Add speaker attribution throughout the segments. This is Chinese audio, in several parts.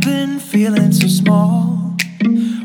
Speaker 1: been feeling so small.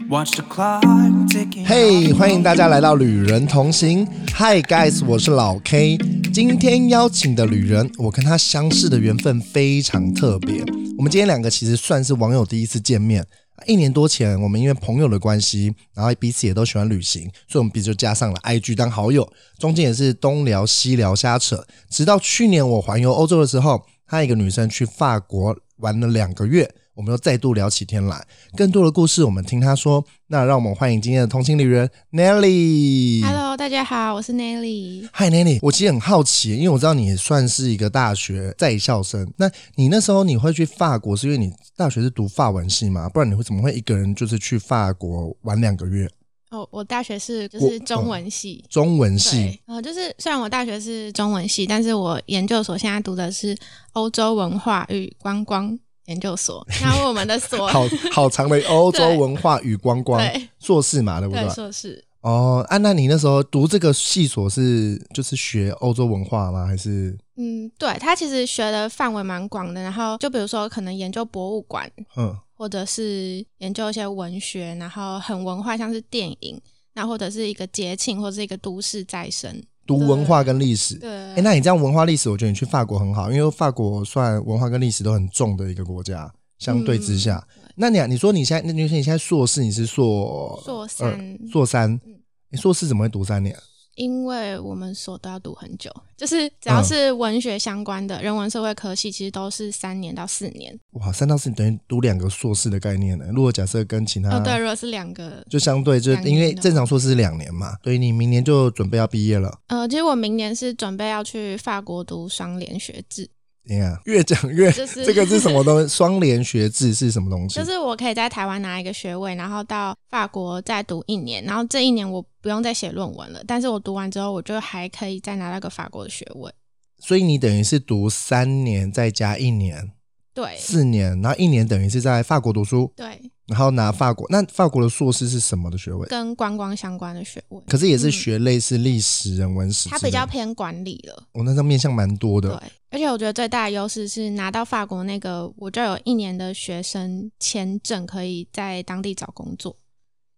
Speaker 1: Watch the clock ticking.
Speaker 2: 嘿欢迎大家来到旅人同行。Hi guys，我是老 K。今天邀请的旅人，我跟他相识的缘分非常特别。我们今天两个其实算是网友第一次见面。一年多前，我们因为朋友的关系，然后彼此也都喜欢旅行，所以我们彼此就加上了 IG 当好友。中间也是东聊西聊瞎扯，直到去年我环游欧洲的时候，她一个女生去法国玩了两个月，我们又再度聊起天来。更多的故事，我们听她说。那让我们欢迎今天的同行旅人 Nelly。
Speaker 3: Hello，大家好，我是 Nelly。
Speaker 2: 嗨 Nelly，我其实很好奇，因为我知道你也算是一个大学在校生。那你那时候你会去法国，是因为你大学是读法文系吗？不然你会怎么会一个人就是去法国玩两个月？
Speaker 3: 哦，我大学是就
Speaker 2: 我嗯
Speaker 3: 是中文系，
Speaker 2: 中文
Speaker 3: 对
Speaker 2: 系，
Speaker 3: 呃，就是虽然我大学是中文系，但是我研究所现在读的是欧洲文化与观光研 究所。那我们的所
Speaker 2: 好好长的欧洲
Speaker 3: 对
Speaker 2: 文化与观光
Speaker 3: 对
Speaker 2: 硕士嘛，对不
Speaker 3: 对
Speaker 2: 对？
Speaker 3: 硕士，
Speaker 2: 哦，啊，那你那时候读这个系所是就是学欧洲文化吗？还是
Speaker 3: 嗯，对，他其实学的范围蛮广的。然后就比如说，可能研究博物馆，
Speaker 2: 嗯
Speaker 3: 或者是研究一些文学，然后很文化，像是电影，那或者是一个节庆，或者是一个都市再生。
Speaker 2: 读文化跟历史？
Speaker 3: 对，
Speaker 2: 哎、那你这样文化历史，我觉得你去法国很好，因为法国算文化跟历史都很重的一个国家，相对之下，
Speaker 3: 嗯
Speaker 2: 那你啊你说你现在，那你说你现在硕士，你是硕
Speaker 3: 硕
Speaker 2: 二
Speaker 3: 三
Speaker 2: 硕三
Speaker 3: 嗯，
Speaker 2: 你硕士怎么会读三年？
Speaker 3: 因为我们所都要读很久，就是只
Speaker 2: 嗯
Speaker 3: 要是文学相关的、人文社会科系，其实都是三年到四年。
Speaker 2: 哇，三到四等于读两个硕士的概念呢。如果假设跟其他、
Speaker 3: 哦，对，如果是两个，
Speaker 2: 啊就相对就
Speaker 3: 两年
Speaker 2: 因为
Speaker 3: 的话
Speaker 2: 正常硕士是两年嘛，所以你明年就准备要毕业了。
Speaker 3: 呃，其实我明年是准备要去法国读双联学制，
Speaker 2: 等一下，越讲越、
Speaker 3: 就是
Speaker 2: 这个是什么 东西？双联学制是什么东西？
Speaker 3: 就是我可以在台湾拿一个学位，然后到法国再读一年，然后这一年我不用再写论文了，但是我读完之后，我就还可以再拿到一个法国的学位。
Speaker 2: 所以你等于是读三年再加一年，
Speaker 3: 对
Speaker 2: 四年，然后一年等于是在法国读书，
Speaker 3: 对，
Speaker 2: 然后拿法国那法国的硕士是什么的学位？
Speaker 3: 跟观光相关的学位，
Speaker 2: 可是也是
Speaker 3: 嗯
Speaker 2: 学类似历史、人文史之类
Speaker 3: 它
Speaker 2: 的，
Speaker 3: 比较偏管理了。
Speaker 2: 我、那张面向蛮多
Speaker 3: 对
Speaker 2: 的，，
Speaker 3: 而且我觉得最大的优势是拿到法国那个，我就有一年的学生签证，可以在当地找工作。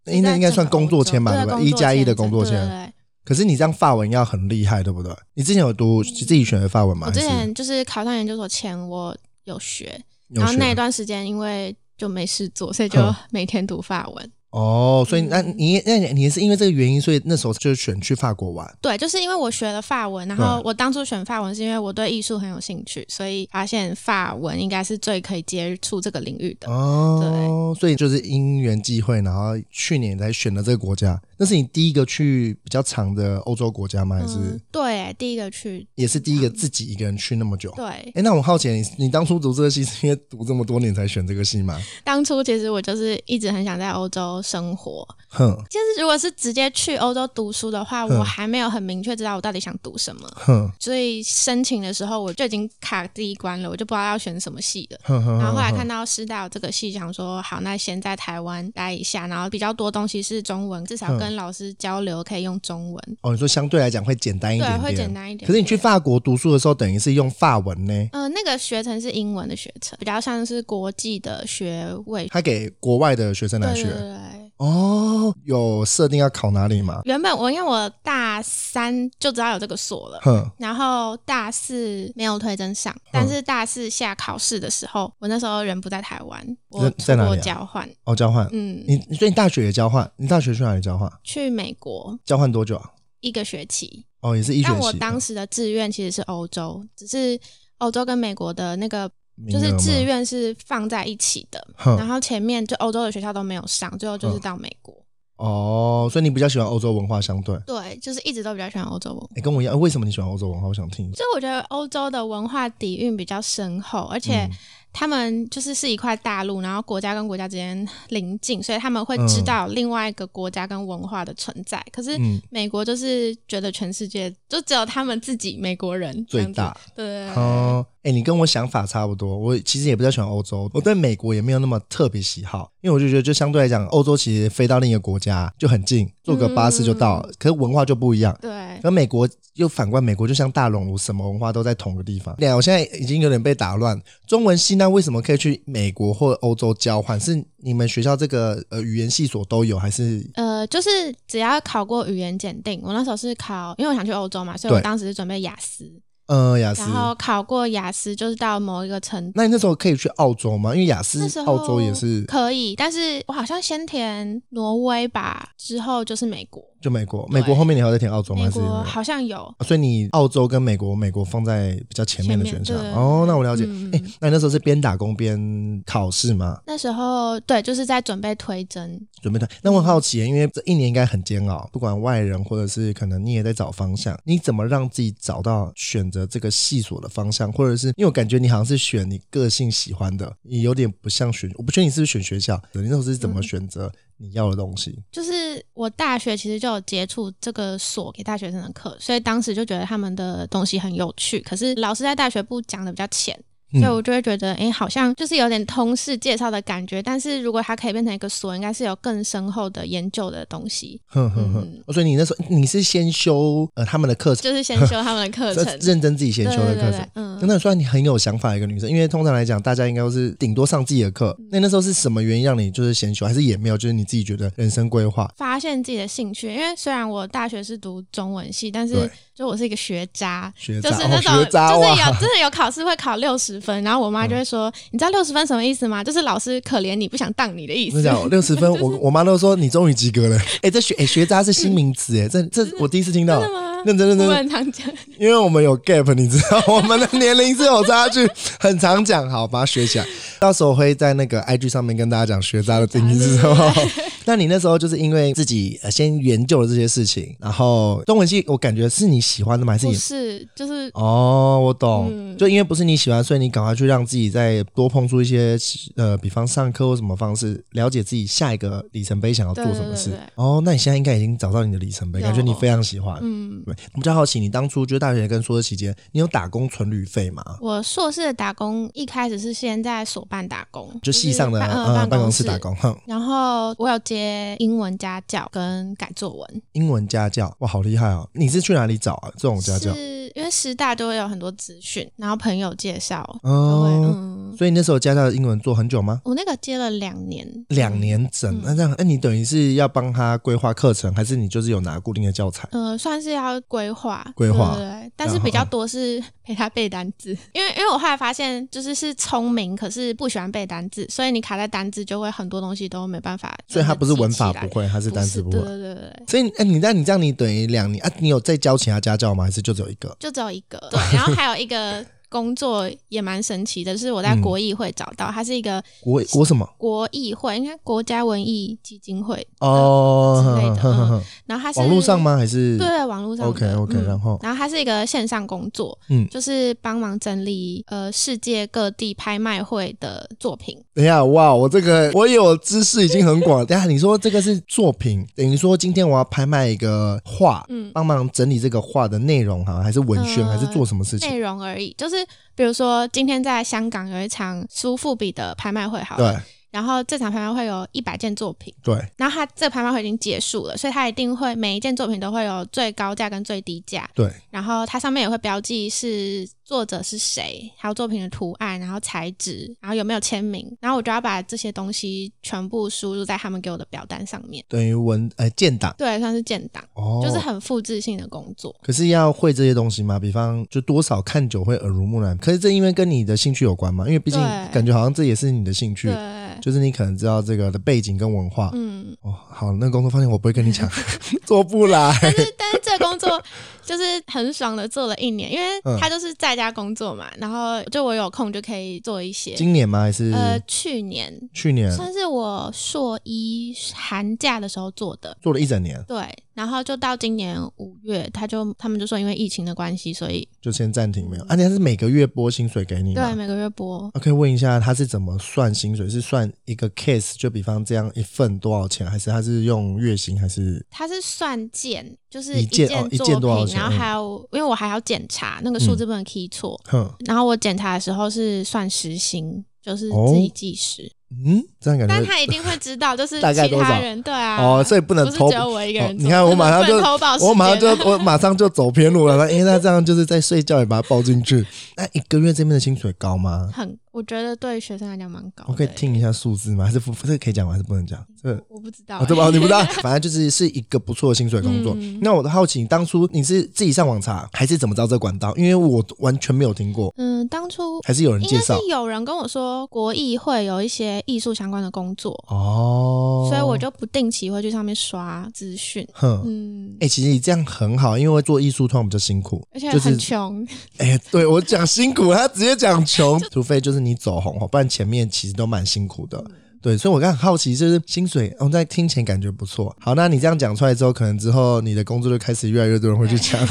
Speaker 2: 应该应该算工作签吧，
Speaker 3: 对
Speaker 2: 对吧？
Speaker 3: 工
Speaker 2: 一
Speaker 3: 作
Speaker 2: 加一的工作
Speaker 3: 签证
Speaker 2: 签。
Speaker 3: 对对对
Speaker 2: 可是你这样法文要很厉害，对不对？你之前有读自己选的法文吗？
Speaker 3: 我之
Speaker 2: 还是
Speaker 3: 前就是考上研究所前，我有学，
Speaker 2: 有
Speaker 3: 然后
Speaker 2: 学嗯
Speaker 3: 那一段时间因为就没事做，所以就
Speaker 2: 哼
Speaker 3: 每天读法文。
Speaker 2: 哦，
Speaker 3: 嗯
Speaker 2: 所以那你那你也是因为这个原因，所以那时候就选去法国玩。
Speaker 3: 对，就是因为我学了法文，然后我当初选法文是因为我对艺术很有兴趣，所以发现法文应该是最可以接触这个领域的。
Speaker 2: 哦，所以就是因缘际会，然后去年才选了这个国家。那是你第一个去比较长的欧洲国家吗？还是、
Speaker 3: 嗯，对，第一个去，
Speaker 2: 也是第一个自己一个人去那么久？哎、
Speaker 3: 对，
Speaker 2: 那我好奇，你你当初读这个系是因为读这么多年才选这个系吗？
Speaker 3: 当初其实我就是一直很想在欧洲生活，
Speaker 2: 哼
Speaker 3: 就是如果是直接去欧洲读书的话，
Speaker 2: 嗯
Speaker 3: 我还没有很明确知道我到底想读什么，
Speaker 2: 哼
Speaker 3: 所以申请的时候我就已经卡第一关了，我就不知道要选什么系了。
Speaker 2: 哼哼。
Speaker 3: 然后后来
Speaker 2: 哼
Speaker 3: 看到师大有这个系，想说好，那先在台湾待一下，然后比较多东西是中文，至少
Speaker 2: 嗯
Speaker 3: 跟老师交流可以用中文，
Speaker 2: 哦，你说相对来讲会简单一
Speaker 3: 对
Speaker 2: 点，，
Speaker 3: 会简。单一点。
Speaker 2: 可是你去法国读书的时候，等于是用法文呢，
Speaker 3: 呃，那个学程是英文的学程，比较像是国际的学位。
Speaker 2: 他给国外的学生来
Speaker 3: 对
Speaker 2: 学。
Speaker 3: 对对对。
Speaker 2: 哦，有设定要考哪里吗？
Speaker 3: 原本我因为我大三就知道有这个所了。
Speaker 2: 哼，
Speaker 3: 然后大四没有推甄
Speaker 2: 嗯
Speaker 3: 上，但是大四下考试的时候，我那时候人不在台湾，我
Speaker 2: 在在
Speaker 3: 出
Speaker 2: 哪里啊
Speaker 3: 国交换，
Speaker 2: 哦，交换。
Speaker 3: 嗯，
Speaker 2: 你你所以你大学也交换？你大学去哪里交换？
Speaker 3: 去美国
Speaker 2: 交换多久啊？
Speaker 3: 一个学期。
Speaker 2: 哦，也是一学期。
Speaker 3: 但我当时的志愿其实是欧洲，只是欧洲跟美国的那个
Speaker 2: 名
Speaker 3: 就
Speaker 2: 额
Speaker 3: 是
Speaker 2: 吗
Speaker 3: 志愿是放在一起的，然
Speaker 2: 哼
Speaker 3: 后前面就欧洲的学校都没有上，最后就是到美国。
Speaker 2: 哦，所以你比较喜欢欧洲文化相对。
Speaker 3: 对，就是一直都比较喜欢欧洲文化。
Speaker 2: 哎、跟我一样，为什么你喜欢欧洲文化？我想听一下。
Speaker 3: 就我觉得欧洲的文化底蕴比较深厚，而
Speaker 2: 嗯
Speaker 3: 且他们就是是一块大陆，然后国家跟国家之间邻近，所以他们会知道另外一个国家跟文化的存在。可是
Speaker 2: 嗯
Speaker 3: 美国就是觉得全世界就只有他们自己美国人
Speaker 2: 最
Speaker 3: 这样子
Speaker 2: 大，
Speaker 3: 对对对
Speaker 2: 哦，哎、你跟我想法差不多。我其实也比较喜欢欧洲，我对美国也没有那么特别喜好，因为我就觉得，就相对来讲，欧洲其实飞到另一个国家就很近，坐
Speaker 3: 嗯
Speaker 2: 个巴士就到了，可是文化就不一样。
Speaker 3: 对，
Speaker 2: 而美国又反观美国，就像大熔炉，什么文化都在同个地方。对啊，我现在已经有点被打乱。中文系那为什么可以去美国或欧洲交换？是你们学校这个呃语言系所都有，还是
Speaker 3: 呃，就是只要考过语言检定，我那时候是考，因为我想去欧洲嘛，所以我
Speaker 2: 对
Speaker 3: 当时是准备雅思，
Speaker 2: 呃雅思
Speaker 3: 然？后考过雅思就是到某一个程度。
Speaker 2: 那你那时候可以去澳洲吗？因为雅思
Speaker 3: 那时候
Speaker 2: 澳洲也是
Speaker 3: 可以，但是我好像先填挪威吧，之后就是美国。
Speaker 2: 就美国，
Speaker 3: 对
Speaker 2: 美国后面你还要再填澳洲吗？
Speaker 3: 美
Speaker 2: 还是
Speaker 3: 国好像有，
Speaker 2: 所以你澳洲跟美国，美国放在比较前面的
Speaker 3: 前
Speaker 2: 选
Speaker 3: 面
Speaker 2: 项
Speaker 3: 对
Speaker 2: 哦。那我了解。哎、
Speaker 3: 嗯
Speaker 2: 那你那时候是边打工边考试吗？
Speaker 3: 那时候对，就是在准备推甄。
Speaker 2: 准备的。那我很好奇耶，因为这一年应该很煎熬，不管外人或者是可能你也在找方向，你怎么让自己找到选择这个系所的方向，或者是因为我感觉你好像是选你个性喜欢的，你有点不像选，我不确定你是不是选学校，你那时候是怎么选择你要的东西？
Speaker 3: 就是我大学其实就有接触这个所给大学生的课，所以当时就觉得他们的东西很有趣。可是老师在大学部讲的比较浅，
Speaker 2: 嗯
Speaker 3: 所以我就会觉得，哎、好像就是有点通识介绍的感觉。但是如果它可以变成一个所，应该是有更深厚的研究的东西。
Speaker 2: 哼
Speaker 3: 嗯
Speaker 2: 哼哼。所以你那时候你是先修呃他们的课程，
Speaker 3: 就是先修他们的课 程，
Speaker 2: 认真自己先修呃的课程。
Speaker 3: 对对对对嗯
Speaker 2: 真的算你很有想法的一个女生，因为通常来讲，大家应该都是顶多上自己的课。那那时候是什么原因让你就是先修，还是也没有？就是你自己觉得人生规划，
Speaker 3: 发现自己的兴趣。因为虽然我大学是读中文系，但
Speaker 2: 对
Speaker 3: 是就我是一个学渣，
Speaker 2: 学
Speaker 3: 就
Speaker 2: 渣
Speaker 3: 是那种、
Speaker 2: 哦学渣
Speaker 3: 就是
Speaker 2: 哇嗯
Speaker 3: 有 真的有考试会考六十分，然后我妈就会说：“你知道六十分什么意思吗？就是老师可怜你，不想当你的意
Speaker 2: 我跟
Speaker 3: 思。
Speaker 2: 你 讲，六十分，我我妈都说你终于及格了。 哎、这学哎、学渣是新名词，哎，这这我第一次听到
Speaker 3: 真的吗，
Speaker 2: 认真认
Speaker 3: 我
Speaker 2: 真，
Speaker 3: 很 常讲，
Speaker 2: 因为我们有 gap，你知道，我们的年龄是有差距，很常讲，好，把它学起来。到时候会在那个 IG 上面跟大家讲学渣的定义是什么。 那你那时候就是因为自己呃先研究了这些事情，然后中文系我感觉是你喜欢的吗？还是
Speaker 3: 不
Speaker 2: 你？
Speaker 3: 是，就是
Speaker 2: 哦，我懂，
Speaker 3: 嗯
Speaker 2: 就因为不是你喜欢，所以你赶快去让自己再多碰触一些呃，比方上课或什么方式，了解自己下一个里程碑想要做什么事。
Speaker 3: 对对对对
Speaker 2: 哦，那你现在应该已经找到你的里程碑，
Speaker 3: 有
Speaker 2: 感觉你非常喜欢。
Speaker 3: 嗯，
Speaker 2: 对，我比较好奇，你当初就大学跟硕士期间，你有打工存旅费吗？
Speaker 3: 我硕士的打工一开始是先在所办打工，
Speaker 2: 就系上的
Speaker 3: 就是办
Speaker 2: 呃
Speaker 3: 呃
Speaker 2: 办公
Speaker 3: 公
Speaker 2: 室打。工，哼，
Speaker 3: 然后我有接英文家教跟改作文，
Speaker 2: 英文家教，哇，好厉害哦！你是去哪里找啊？这种家教？
Speaker 3: 是因为师大都会有很多资讯，然后朋友介绍，就会
Speaker 2: 哦，
Speaker 3: 嗯，
Speaker 2: 所以你那时候家教的英文做很久吗？
Speaker 3: 我那个接了两年，
Speaker 2: 两年
Speaker 3: 嗯
Speaker 2: 整，那这样，哎那你等于是要帮他规划课程，还是你就是有拿固定的教材？
Speaker 3: 呃，算是要规划，
Speaker 2: 规划
Speaker 3: 对对对，但是比较多是陪他背单字， 因为因为我后来发现，就是是聪明，可是不喜欢背单字，所以你卡在单字就会很多东西都没办法真的记起
Speaker 2: 所以
Speaker 3: 来，
Speaker 2: 他不是文法不会，他
Speaker 3: 不
Speaker 2: 是
Speaker 3: 是
Speaker 2: 单词不
Speaker 3: 对
Speaker 2: 会。
Speaker 3: 对对对对。
Speaker 2: 所以，哎、你那你这样，你等于两年啊？你有再教其他家教吗？还是就只有一个？
Speaker 3: 就只有一个，对，然后还有一个工作也蛮神奇的，就是我
Speaker 2: 嗯
Speaker 3: 在国议会找到，它是一个
Speaker 2: 国国什么？
Speaker 3: 国议会，应该国家文艺基金会，
Speaker 2: 哦，
Speaker 3: 呃之类的
Speaker 2: 哼哼哼哼
Speaker 3: 然后它是
Speaker 2: 网络上？吗？还是
Speaker 3: 对，啊网络上的。
Speaker 2: OK，OK，
Speaker 3: 嗯
Speaker 2: 然后
Speaker 3: 然后它是一个线上工作，
Speaker 2: 嗯
Speaker 3: 就是帮忙整理呃世界各地拍卖会的作品，
Speaker 2: 等一下，哇，我这个我有知识已经很广了。等一下你说这个是作品，等于说今天我要拍卖一个画，
Speaker 3: 嗯
Speaker 2: 帮忙整理这个画的内容哈，还是文宣，
Speaker 3: 呃
Speaker 2: 还是做什么事情？
Speaker 3: 内容而已。就是比如说今天在香港有一场苏富比的拍卖会，好了，
Speaker 2: 对
Speaker 3: 然后这场拍卖会有一百件作品。
Speaker 2: 对，
Speaker 3: 然后他这拍卖会已经结束了，所以他一定会每一件作品都会有最高价跟最低价，
Speaker 2: 对，
Speaker 3: 然后它上面也会标记是作者是谁，还有作品的图案，然后材质，然后有没有签名，然后我就要把这些东西全部输入在他们给我的表单上面，
Speaker 2: 等于文呃建档
Speaker 3: 对，算是建档，
Speaker 2: 哦，
Speaker 3: 就是很复制性的工作。
Speaker 2: 可是要会这些东西吗？比方就多少看久会耳濡目染。可是这因为跟你的兴趣有关嘛，因为毕竟
Speaker 3: 对
Speaker 2: 感觉好像这也是你的兴趣
Speaker 3: 对，，
Speaker 2: 就是你可能知道这个的背景跟文化。
Speaker 3: 嗯，
Speaker 2: 哦，好，那个工作方面我不会跟你讲， 做不来。
Speaker 3: 但是但是这个工作就是很爽的做了一年，因
Speaker 2: 嗯
Speaker 3: 为他就是在家工作嘛，然后就我有空就可以做一些。
Speaker 2: 今嗯年吗？还是
Speaker 3: 呃，去年
Speaker 2: 去年
Speaker 3: 算是我硕一寒假的时候做的，
Speaker 2: 做了一整年，
Speaker 3: 对，然后就到今年五月，他就他们就说因为疫情的关系，所以
Speaker 2: 就先暂停没有？啊，你还是每个月拨薪水给你
Speaker 3: 对
Speaker 2: 吗？
Speaker 3: 每个月播，
Speaker 2: 啊，可以问一下他是怎么算薪水？是算一个 case，就比方这样一份多少钱，还是他是用月薪，还是
Speaker 3: 他是算件，就是
Speaker 2: 一件哦一
Speaker 3: 作
Speaker 2: 件
Speaker 3: 品，
Speaker 2: 多少钱嗯
Speaker 3: 然后还有因为我还要检查那个数字不能 key 错，
Speaker 2: 哼？哦
Speaker 3: 然后我检查的时候是算时薪，就是自己计时，
Speaker 2: 嗯，这样感
Speaker 3: 但
Speaker 2: 觉
Speaker 3: 他一定会知道，就 是
Speaker 2: 大概
Speaker 3: 其
Speaker 2: 多
Speaker 3: 他
Speaker 2: 少
Speaker 3: 人对啊，
Speaker 2: 哦，所以不能
Speaker 3: 不是
Speaker 2: 偷
Speaker 3: 只有我一个
Speaker 2: 哦
Speaker 3: 人做，
Speaker 2: 你看我马上就
Speaker 3: 不能偷报时间
Speaker 2: 我马上就我马上就走偏路了，那因为他这样就是在睡觉也把他抱进去。那一个月这边的薪水高吗？
Speaker 3: 很，我觉得对学生来讲蛮高的。欸
Speaker 2: 我可以，听一下数字吗？还是不这个可以讲吗？还是不能讲？这个
Speaker 3: 我不知道、欸
Speaker 2: 哦，对吧？你不知道，反正就是是一个不错的薪水工作。
Speaker 3: 嗯
Speaker 2: 那我的好奇，当初你是自己上网查，还是怎么知道这个管道？因为我完全没有听过，
Speaker 3: 嗯，当初
Speaker 2: 还是有人
Speaker 3: 应
Speaker 2: 介
Speaker 3: 该是
Speaker 2: 绍
Speaker 3: 有人跟我说国艺会有一些艺术相关的工作，
Speaker 2: 哦。
Speaker 3: 所以我就不定期会去上面刷资讯。
Speaker 2: 哼，
Speaker 3: 嗯，
Speaker 2: 哎、其实你这样很好，因为做艺术通常比较辛苦，
Speaker 3: 而且
Speaker 2: 就是
Speaker 3: 很穷，
Speaker 2: 哎、对我讲辛苦，他直接讲穷， 除非就是你走红，不然前面其实都蛮辛苦的。对，所以我刚很好奇，就是薪水，我、在听前感觉不错。好，那你这样讲出来之后，可能之后你的工作就开始越来越多人会去 抢。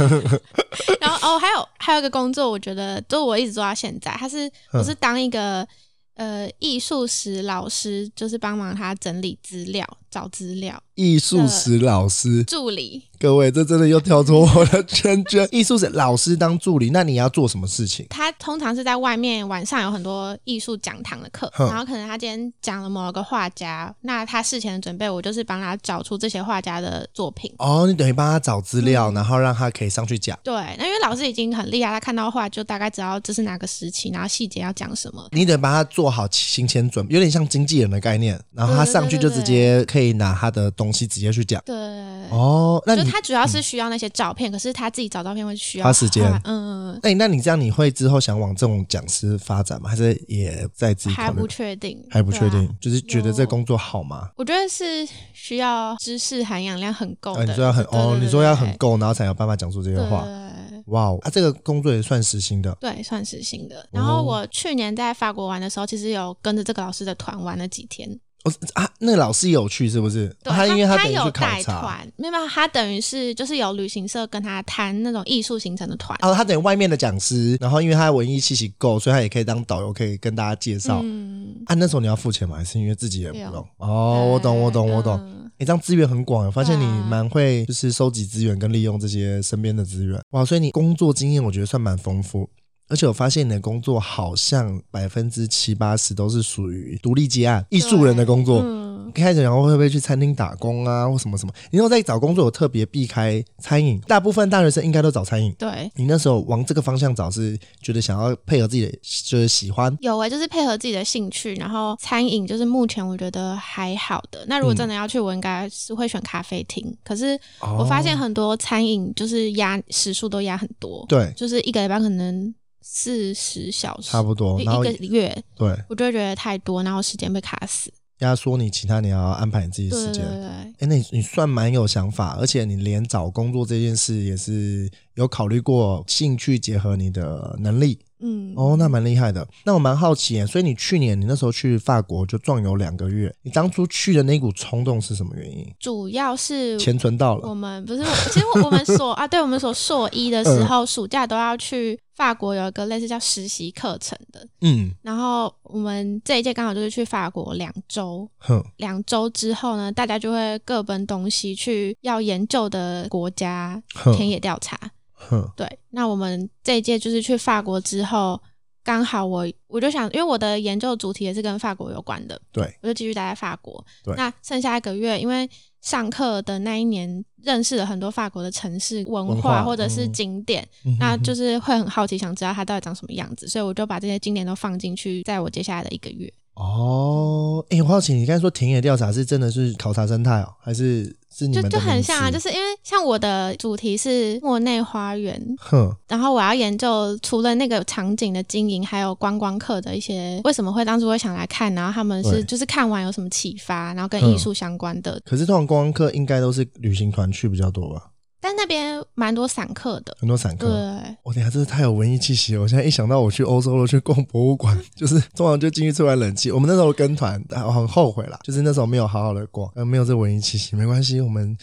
Speaker 3: 然后哦，还有还有一个工作，我觉得就我一直做到现在，他是
Speaker 2: 嗯
Speaker 3: 我是当一个呃艺术史老师，就是帮忙他整理资料、找资料
Speaker 2: 艺术史老师，
Speaker 3: 助理。
Speaker 2: 各位，这真的又跳出我的圈 圈。艺术史老师当助理，那你要做什么事情？
Speaker 3: 他通常是在外面晚上有很多艺术讲堂的课，
Speaker 2: 哼
Speaker 3: 然后可能他今天讲了某个画家，那他事前的准备，我就是帮他找出这些画家的作品。
Speaker 2: 哦，你等于帮他找资料，然后让他可以上去讲。
Speaker 3: 对，那因为老师已经很厉害，他看到画就大概知道这是哪个时期，然后细节要讲什么。
Speaker 2: 你得把它做好行前准备，有点像经纪人的概念，然后他上去就直接可以拿他的东西直接去讲。
Speaker 3: 对，
Speaker 2: 哦，那
Speaker 3: 就
Speaker 2: 你
Speaker 3: 他主要是需要那些照片，可是他自己找照片会需要
Speaker 2: 花时间
Speaker 3: 花嗯，
Speaker 2: 哎、那你这样你会之后想往这种讲师发展吗？还是也在自己
Speaker 3: 嗯还
Speaker 2: 考
Speaker 3: 不
Speaker 2: 虑？
Speaker 3: 确定，
Speaker 2: 还不确
Speaker 3: 对
Speaker 2: 定，
Speaker 3: 啊
Speaker 2: 就是觉得这工作好吗？
Speaker 3: 我觉得是需要知识含氧量很够
Speaker 2: 啊，
Speaker 3: 的。
Speaker 2: 你说要很
Speaker 3: 对
Speaker 2: 哦，
Speaker 3: 对
Speaker 2: 你说要
Speaker 3: 对
Speaker 2: 很够，然后才有办法讲出这些
Speaker 3: 对
Speaker 2: 话。哇哦，啊，这个工作也算实心的。
Speaker 3: 对，算是新的。然
Speaker 2: 哦
Speaker 3: 后我去年在法国玩的时候，其实有跟着这个老师的团玩了几天。
Speaker 2: 哦啊，那个老师有去是不是？
Speaker 3: 对，
Speaker 2: 啊因为
Speaker 3: 他
Speaker 2: 等于
Speaker 3: 有
Speaker 2: 去考
Speaker 3: 带
Speaker 2: 察，
Speaker 3: 团，没有没有，他等于是就是有旅行社跟他谈那种艺术行程的团。
Speaker 2: 啊，他等于外面的讲师，然后因为他文艺气息够，所以他也可以当导游，可以跟大家介绍。
Speaker 3: 嗯，
Speaker 2: 啊，那时候你要付钱吗？还是因为自己也不
Speaker 3: 不
Speaker 2: 用
Speaker 3: 用？
Speaker 2: 哦，我懂，我懂，我懂。
Speaker 3: 嗯
Speaker 2: 你、这样资源很广，我欸发现你
Speaker 3: 对啊
Speaker 2: 蛮会就是收集资源跟利用这些身边的资源。哇，所以你工作经验我觉得算蛮丰富。而且我发现你的工作好像百分之七八十都是属于独立接案、艺术人的工作。
Speaker 3: 嗯，
Speaker 2: 一开始然后会不会去餐厅打工啊，或什么什么？你说在找工作有特别避开餐饮，大部分大学生应该都找餐饮。
Speaker 3: 对。
Speaker 2: 你那时候往这个方向找，是觉得想要配合自己的就是喜欢
Speaker 3: 有诶、就是配合自己的兴趣，然后餐饮就是目前我觉得还好的。那如果真的要去，我应该是会选咖啡
Speaker 2: 嗯
Speaker 3: 厅。可是我发现很多餐饮就是压时数都压很多，
Speaker 2: 对，
Speaker 3: 就是一个礼拜可能四十小时，
Speaker 2: 差不多，
Speaker 3: 一
Speaker 2: 然后
Speaker 3: 一个月，
Speaker 2: 对
Speaker 3: 我就会觉得太多，然后时间被卡死。
Speaker 2: 压缩你其他你要安排你自己的
Speaker 3: 对
Speaker 2: 时
Speaker 3: 对
Speaker 2: 间。
Speaker 3: 对对，
Speaker 2: 哎、那你你算蛮有想法，而且你连找工作这件事也是有考虑过兴趣结合你的能力
Speaker 3: 嗯，
Speaker 2: 哦，那蛮厉害的。那我蛮好奇耶，所以你去年你那时候去法国就壮游两个月，你当初去的那股冲动是什么原因？
Speaker 3: 主要是
Speaker 2: 钱存到了
Speaker 3: 我们不是，我其实我我们所啊，对我们所硕一的时
Speaker 2: 嗯
Speaker 3: 候，暑假都要去法国有一个类似叫实习课程的，
Speaker 2: 嗯，
Speaker 3: 然后我们这一届刚好就是去法国两周。
Speaker 2: 哼，
Speaker 3: 两周之后呢，大家就会各奔东西去要研究的国家
Speaker 2: 哼
Speaker 3: 田野调查。
Speaker 2: 哼，
Speaker 3: 对，那我们这一届就是去法国之后，刚好我我就想，因为我的研究主题也是跟法国有关的，
Speaker 2: 对，
Speaker 3: 我就继续待在法国
Speaker 2: 对。
Speaker 3: 那剩下一个月，因为上课的那一年认识了很多法国的城市文化
Speaker 2: 文化
Speaker 3: 或者是
Speaker 2: 嗯
Speaker 3: 景点，
Speaker 2: 嗯
Speaker 3: 那
Speaker 2: 哼
Speaker 3: 就是会很好奇，想知道它到底长什么样子，所以我就把这些景点都放进去，在我接下来的一个月。
Speaker 2: 哦，哎、我好奇，你刚才说田野调查是真的是考察生态哦，还是是你
Speaker 3: 就
Speaker 2: 们的
Speaker 3: 就很像啊，就是是因为像我的主题是莫内花园，
Speaker 2: 哼，
Speaker 3: 然后我要研究除了那个场景的经营，还有观光客的一些为什么会当初会想来看，然后他们
Speaker 2: 对
Speaker 3: 是就是看完有什么启发，然后跟
Speaker 2: 嗯
Speaker 3: 艺术相关的。
Speaker 2: 可是通常观光客应该都是旅行团去比较多吧，
Speaker 3: 但那边蛮多散客的，
Speaker 2: 很多散客。
Speaker 3: 对，
Speaker 2: 我等一下真的太有文艺气息了！我现在一想到我去欧洲了，去逛博物馆， 就是通常就进去吹完冷气。我们那时候跟团，啊我很后悔啦，就是那时候没有好好的逛，呃，没有这文艺气息，没关系，我们，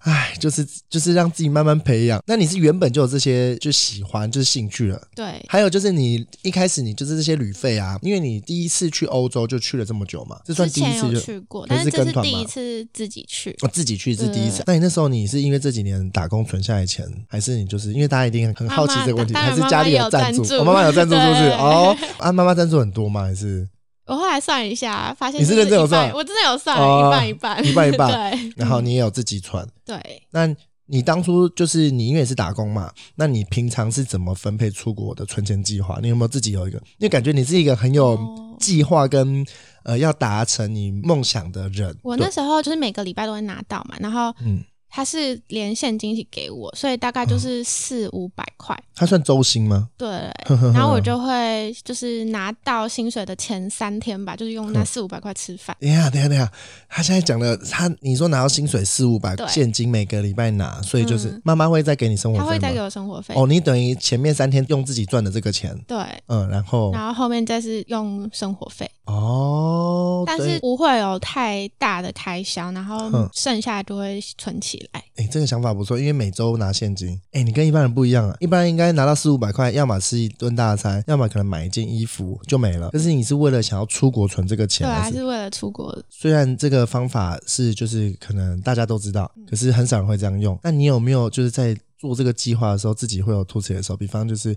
Speaker 2: 唉，就是就是让自己慢慢培养。那你是原本就有这些就喜欢就是兴趣了，
Speaker 3: 对，
Speaker 2: 还有就是你一开始你就是这些旅费啊，因为你第一次去欧洲就去了这么久嘛，这算
Speaker 3: 之
Speaker 2: 第一
Speaker 3: 前
Speaker 2: 次
Speaker 3: 有
Speaker 2: 就
Speaker 3: 去过，
Speaker 2: 还
Speaker 3: 但
Speaker 2: 是
Speaker 3: 是这
Speaker 2: 跟
Speaker 3: 是
Speaker 2: 团
Speaker 3: 第
Speaker 2: 吗
Speaker 3: 一次自己去。
Speaker 2: 我自己去是第一次
Speaker 3: 对。
Speaker 2: 那你那时候你是因为这几年打工存下来钱，还是你就是因为大家一定很好奇这个问题，
Speaker 3: 妈妈
Speaker 2: 还是家里
Speaker 3: 当然
Speaker 2: 赞助？哦
Speaker 3: 妈妈有赞助
Speaker 2: 我妈妈有赞助是不是？
Speaker 3: 对
Speaker 2: 哦，啊，妈妈赞助很多吗？还是
Speaker 3: 我后来算一下，发现
Speaker 2: 你是
Speaker 3: 就是
Speaker 2: 认真有
Speaker 3: 一半
Speaker 2: 算
Speaker 3: 我真的有算，
Speaker 2: 哦
Speaker 3: 一半一半，
Speaker 2: 一半一半
Speaker 3: 对
Speaker 2: 然后你也有自己存。
Speaker 3: 对，
Speaker 2: 那你当初就是你因为也是打工嘛，那你平常是怎么分配出国的存钱计划？你有没有自己有一个？因为感觉你是一个很有
Speaker 3: 哦
Speaker 2: 计划跟、呃要达成你梦想的人。
Speaker 3: 我
Speaker 2: 对
Speaker 3: 那时候就是每个礼拜都会拿到嘛，然后
Speaker 2: 嗯，
Speaker 3: 他是连现金一起给我，所以大概就是四五百块。
Speaker 2: 他算周薪吗？
Speaker 3: 对，
Speaker 2: 呵呵呵
Speaker 3: 然后我就会就是拿到薪水的前三天吧，就是用 那四五百块吃饭。
Speaker 2: 等一下，等一下，等一下，他现在讲的，他你说拿到薪水四五百
Speaker 3: 对
Speaker 2: 现金，每个礼拜拿，所以就是、
Speaker 3: 嗯
Speaker 2: 妈妈会再给你生活
Speaker 3: 他
Speaker 2: 费吗？
Speaker 3: 会再给我生活费，
Speaker 2: 哦，你等于前面三天用自己赚的这个钱，
Speaker 3: 对，
Speaker 2: 嗯，然后
Speaker 3: 然后后面再是用生活费，
Speaker 2: 哦，
Speaker 3: 但
Speaker 2: 对
Speaker 3: 是不会有太大的开销，然
Speaker 2: 哼
Speaker 3: 后剩下就会存起来。
Speaker 2: 哎、这个想法不错，因为每周拿现金。哎、你跟一般人不一样啊，一般人应该拿到四五百块，要么吃一顿大餐，要么可能买一件衣服就没了。但是你是为了想要出国存这个钱，
Speaker 3: 对啊，
Speaker 2: 还是
Speaker 3: 是为了出国。
Speaker 2: 虽然这个方法是就是可能大家都知
Speaker 3: 嗯
Speaker 2: 道，可是很少人会这样用。那你有没有就是在做这个计划的时候，自己会有吐槽的时候？比方就是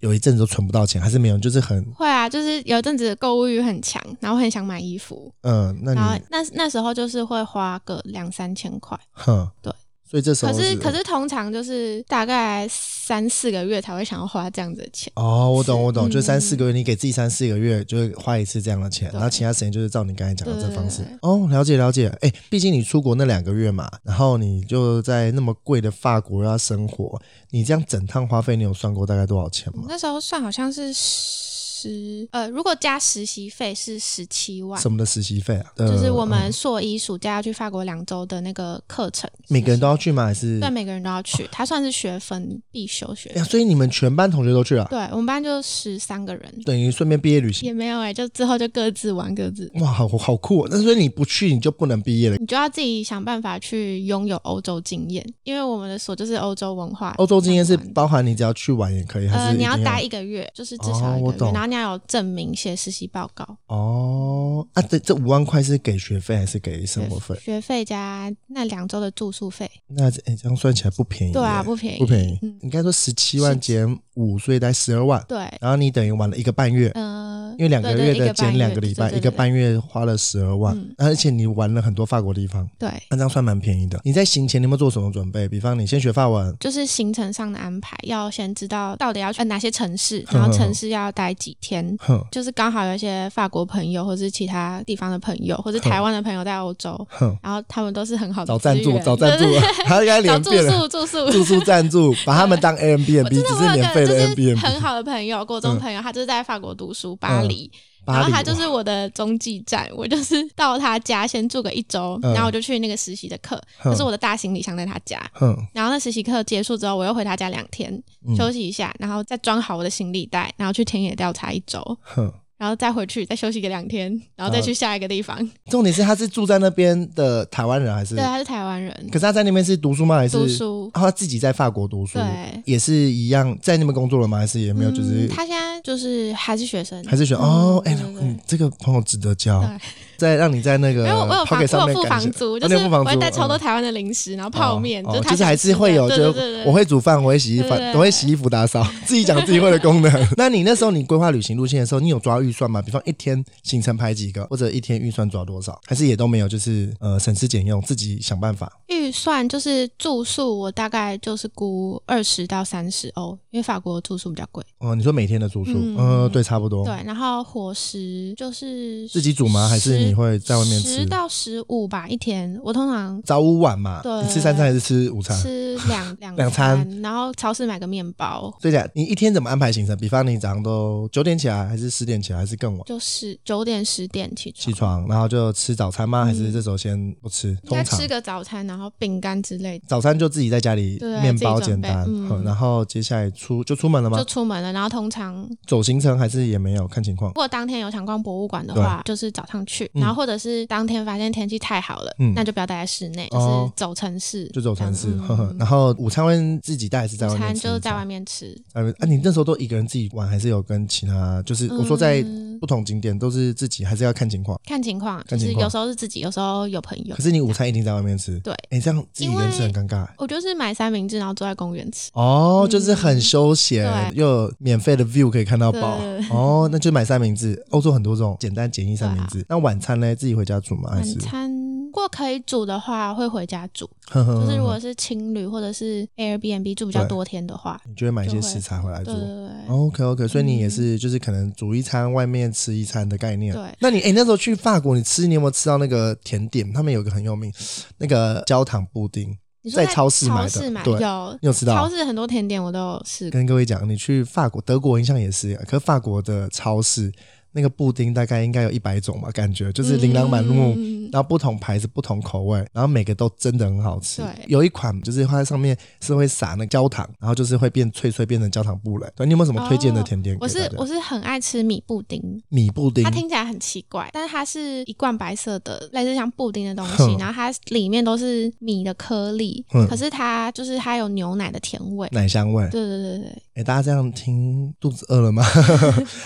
Speaker 2: 有一阵子都存不到钱，还是没有，就是很
Speaker 3: 会啊，就是有一阵子购物欲很强，然后很想买衣服，
Speaker 2: 嗯、那
Speaker 3: 然后
Speaker 2: 你
Speaker 3: 那那时候就是会花个两三千块，
Speaker 2: 哼
Speaker 3: 对。
Speaker 2: 所以这时候
Speaker 3: 可是可是通常就是大概三四个月才会想要花这样子的钱。
Speaker 2: 哦，我懂，
Speaker 3: 是
Speaker 2: 我懂，就
Speaker 3: 嗯
Speaker 2: 三四个月，你给自己三四个月，就是花一次这样的钱，
Speaker 3: 对
Speaker 2: 然后其他时间就是照你刚才讲的这方式
Speaker 3: 对对对。
Speaker 2: 哦，了解了解。哎，毕竟你出国那两个月嘛，然后你就在那么贵的法国要生活，你这样整趟花费，你有算过大概多少钱吗？
Speaker 3: 那时候算好像是十呃，如果加实习费是十七万，
Speaker 2: 什么的实习费啊？呃
Speaker 3: 就是我
Speaker 2: 嗯
Speaker 3: 们硕一暑假要去法国两周的那个课程，
Speaker 2: 每个人都要去吗？还是
Speaker 3: 对每个人都要去，它算是学分必修学
Speaker 2: 哎呀？
Speaker 3: 分。
Speaker 2: 所以你们全班同学都去了，
Speaker 3: 对我们班就十三个人，
Speaker 2: 等于顺便毕业旅行。
Speaker 3: 也没有哎、就之后就各自玩各自，
Speaker 2: 哇，好好酷、哦！那所以你不去，你就不能毕业了。
Speaker 3: 你就要自己想办法去拥有欧洲经验，因为我们的所就是欧洲文化。
Speaker 2: 欧洲经验是
Speaker 3: 相关
Speaker 2: 包含你只要去玩也可以，还
Speaker 3: 呃，
Speaker 2: 是一
Speaker 3: 你要
Speaker 2: 定
Speaker 3: 待一个月，就是至
Speaker 2: 哦
Speaker 3: 少一
Speaker 2: 我
Speaker 3: 个月，
Speaker 2: 懂
Speaker 3: 然后你要有证明，写实习报告。
Speaker 2: 哦，啊，这这五万块是给学费还是给生活费？
Speaker 3: 学费加那两周的住宿费，
Speaker 2: 那这、诶哎这样算起来不便宜耶，
Speaker 3: 对啊，不便宜，
Speaker 2: 不便宜。
Speaker 3: 嗯，
Speaker 2: 应该说十七万减五，所以才十二万。
Speaker 3: 对，
Speaker 2: 然后你等于玩了一个半月，
Speaker 3: 呃，
Speaker 2: 因为两个
Speaker 3: 对
Speaker 2: 月
Speaker 3: 对一
Speaker 2: 的
Speaker 3: 半
Speaker 2: 减两个礼拜，
Speaker 3: 对对
Speaker 2: 一个
Speaker 3: 对
Speaker 2: 半月花了十二万，
Speaker 3: 嗯
Speaker 2: 而且你玩了很多法国地方，
Speaker 3: 对，
Speaker 2: 那这样算蛮便宜的。你在行前你有没有做什么准备？比方你先学法文，
Speaker 3: 就是行程上的安排，要先知道到底要去、呃、哪些城市，
Speaker 2: 哼
Speaker 3: 然后城市要待几天。
Speaker 2: 哼
Speaker 3: 就是刚好有一些法国朋友，或是其他地方的朋友，或是台湾的朋友在欧洲，
Speaker 2: 哼，
Speaker 3: 然后他们都是很好的
Speaker 2: 找赞
Speaker 3: 资
Speaker 2: 助，
Speaker 3: 源
Speaker 2: 找 赞助
Speaker 3: 对对，
Speaker 2: 他应该
Speaker 3: 找
Speaker 2: 连
Speaker 3: 住
Speaker 2: 变了
Speaker 3: 宿住宿
Speaker 2: 住宿赞助，把他们当 Airbnb，
Speaker 3: 我真的
Speaker 2: 只
Speaker 3: 我
Speaker 2: 是
Speaker 3: 有
Speaker 2: 免费的
Speaker 3: 个就是很
Speaker 2: Airbnb。
Speaker 3: 好的朋友，国中朋友，他就是在法国读书，巴黎，
Speaker 2: 嗯巴
Speaker 3: 然
Speaker 2: 黎
Speaker 3: 后他就是我的中继站，我就是到他家先住个一周，
Speaker 2: 嗯
Speaker 3: 然后我就去那个实习的课，
Speaker 2: 嗯
Speaker 3: 就是我的大行李箱在他家。
Speaker 2: 哼，
Speaker 3: 然后那实习课结束之后，我又回他家两天
Speaker 2: 嗯
Speaker 3: 休息一下，然后再装好我的行李袋，然后去田野调查一周，
Speaker 2: 哼。
Speaker 3: 然后再回去再休息个两天，然后再去下一个地方。
Speaker 2: 重啊点是他是住在那边的台湾人还是？
Speaker 3: 对，他是台湾人
Speaker 2: 可，是他在那边是读书吗？还是
Speaker 3: 读书
Speaker 2: 啊他自己在法国读书，
Speaker 3: 对
Speaker 2: 也是一样在那边工作了吗？还是也没有？就是、
Speaker 3: 嗯他现在就是还是学生，
Speaker 2: 还是选、
Speaker 3: 嗯
Speaker 2: 哦，哎、
Speaker 3: 对对对
Speaker 2: 嗯，这个朋友值得交
Speaker 3: 对，
Speaker 2: 再让你在那个
Speaker 3: 因为我我有
Speaker 2: p
Speaker 3: 房，
Speaker 2: o 上
Speaker 3: 我
Speaker 2: 面
Speaker 3: 有付
Speaker 2: 感
Speaker 3: 房
Speaker 2: 觉
Speaker 3: 租，
Speaker 2: 哦
Speaker 3: 就
Speaker 2: 你
Speaker 3: 是
Speaker 2: 有付房
Speaker 3: 我
Speaker 2: 租
Speaker 3: 会带超多
Speaker 2: 嗯
Speaker 3: 台湾的零食，然后泡面，
Speaker 2: 哦
Speaker 3: 就
Speaker 2: 哦
Speaker 3: 他
Speaker 2: 就是
Speaker 3: 想
Speaker 2: 还是会有，
Speaker 3: 吃的
Speaker 2: 就
Speaker 3: 对对对对
Speaker 2: 我会煮饭，我会洗衣
Speaker 3: 对
Speaker 2: 粉
Speaker 3: 对，对
Speaker 2: 我会洗衣服、打扫， 自己讲自己会的功 能。那你那时候你规划旅行路线的时候，你有抓预算吗？比方一天行程排几个，或者一天预算抓多少，还是也都没有？就是呃，省吃俭用，自己想办法。
Speaker 3: 预算就是住宿，我大概就是估二十到三十欧，因为法国住宿比较贵。
Speaker 2: 哦、你说每天的住宿，嗯、
Speaker 3: 嗯
Speaker 2: 对，差不多。
Speaker 3: 对，然后伙食就是
Speaker 2: 自己煮吗还是
Speaker 3: 10
Speaker 2: 你会在外面吃
Speaker 3: 十到十五吧，一天。我通常
Speaker 2: 早午晚嘛，
Speaker 3: 对
Speaker 2: 你吃三餐还是吃午餐？
Speaker 3: 吃两两
Speaker 2: 啊 两餐
Speaker 3: 餐，然后超市买个面包，
Speaker 2: 所以讲，你一天怎么安排行程？比方你早上都九点起来，还是十点起来，还是更晚
Speaker 3: 就是九点十点起
Speaker 2: 起
Speaker 3: 床。
Speaker 2: 床，然后就吃早餐吗？还是这时候先不吃？
Speaker 3: 嗯应该
Speaker 2: 通常
Speaker 3: 吃个早餐，然后饼干之类的，
Speaker 2: 早餐就自己在家里
Speaker 3: 对
Speaker 2: 面包
Speaker 3: 自己
Speaker 2: 简
Speaker 3: 准备
Speaker 2: 单，
Speaker 3: 嗯
Speaker 2: 嗯然后接下来出就出门了吗
Speaker 3: 就？出门了。然后通常
Speaker 2: 走行程还是也没有，看情况
Speaker 3: 如。果当天有想逛博物馆的话，就是早上去，然后或者是当天发现天气太好了，
Speaker 2: 嗯
Speaker 3: 那就不要待在室内，就
Speaker 2: 哦
Speaker 3: 是走城市，
Speaker 2: 就走城市，
Speaker 3: 这样
Speaker 2: 呵呵。然后午餐会自己带还是在
Speaker 3: 嗯午
Speaker 2: 外面
Speaker 3: 餐
Speaker 2: 吃？
Speaker 3: 就是在外面吃，
Speaker 2: 在外面。啊，你那时候都一个人自己玩，还是有跟其他？就是我说在
Speaker 3: 嗯
Speaker 2: 不同景点都是自己，还是要看情况。
Speaker 3: 看情况，就
Speaker 2: 看情
Speaker 3: 是
Speaker 2: 况
Speaker 3: 有时候是自己，有时候有朋友
Speaker 2: 可。是你午餐一定在外面吃，
Speaker 3: 对
Speaker 2: 哎、这样自己一个人吃很尴尬、
Speaker 3: 我就是买三明治，然后坐在公园吃。
Speaker 2: 哦，就是很休闲，
Speaker 3: 嗯
Speaker 2: 又有免费的 view 可以看到饱
Speaker 3: 对。
Speaker 2: 哦，那就买三明治。欧洲很多这种简单简易三明治。那晚餐呢？自己回家煮吗？还是
Speaker 3: 啊晚？餐如果可以煮的话，会回家煮。
Speaker 2: 呵呵
Speaker 3: 就是如
Speaker 2: 呵
Speaker 3: 果是情侣或者是 Airbnb 住比较
Speaker 2: 嗯对
Speaker 3: 多天的话，
Speaker 2: 你就会买一些
Speaker 3: 就会
Speaker 2: 食材回来
Speaker 3: 对
Speaker 2: 煮哦
Speaker 3: 对。对
Speaker 2: OK OK，所以你也是就是可能煮一餐，外面吃一餐的概念。
Speaker 3: 对
Speaker 2: 那你哎、那时候去法国，你吃你有没有吃到那个甜点？他们有一个很有名，那个焦糖布丁，
Speaker 3: 你说
Speaker 2: 在超市买
Speaker 3: 超
Speaker 2: 的
Speaker 3: 市买
Speaker 2: 对
Speaker 3: 有
Speaker 2: 你有吃到？
Speaker 3: 超市很多甜点我都有试过，
Speaker 2: 跟各位讲，你去法国、德国，印象也是，啊可法国的超市那个布丁大概应该有一百种吧，感觉就是琳琅满目。
Speaker 3: 嗯
Speaker 2: 然后不同牌子、不同口味，然后每个都真的很好吃
Speaker 3: 对。
Speaker 2: 有一款就是它上面是会撒那个焦糖，然后就是会变脆脆，变成焦糖布蕾。对你有没有什么推荐的甜点给
Speaker 3: 哦我
Speaker 2: 大家？
Speaker 3: 是我是很爱吃米布丁，
Speaker 2: 米布丁
Speaker 3: 它，听起来很奇怪，但是它是一罐白色的，类似像布丁的东西
Speaker 2: 哼，
Speaker 3: 然后它里面都是米的颗粒
Speaker 2: 嗯，
Speaker 3: 可是它就是它有牛奶的甜味。
Speaker 2: 奶香味。
Speaker 3: 对对对对，
Speaker 2: 哎，大家这样听肚子饿了 吗？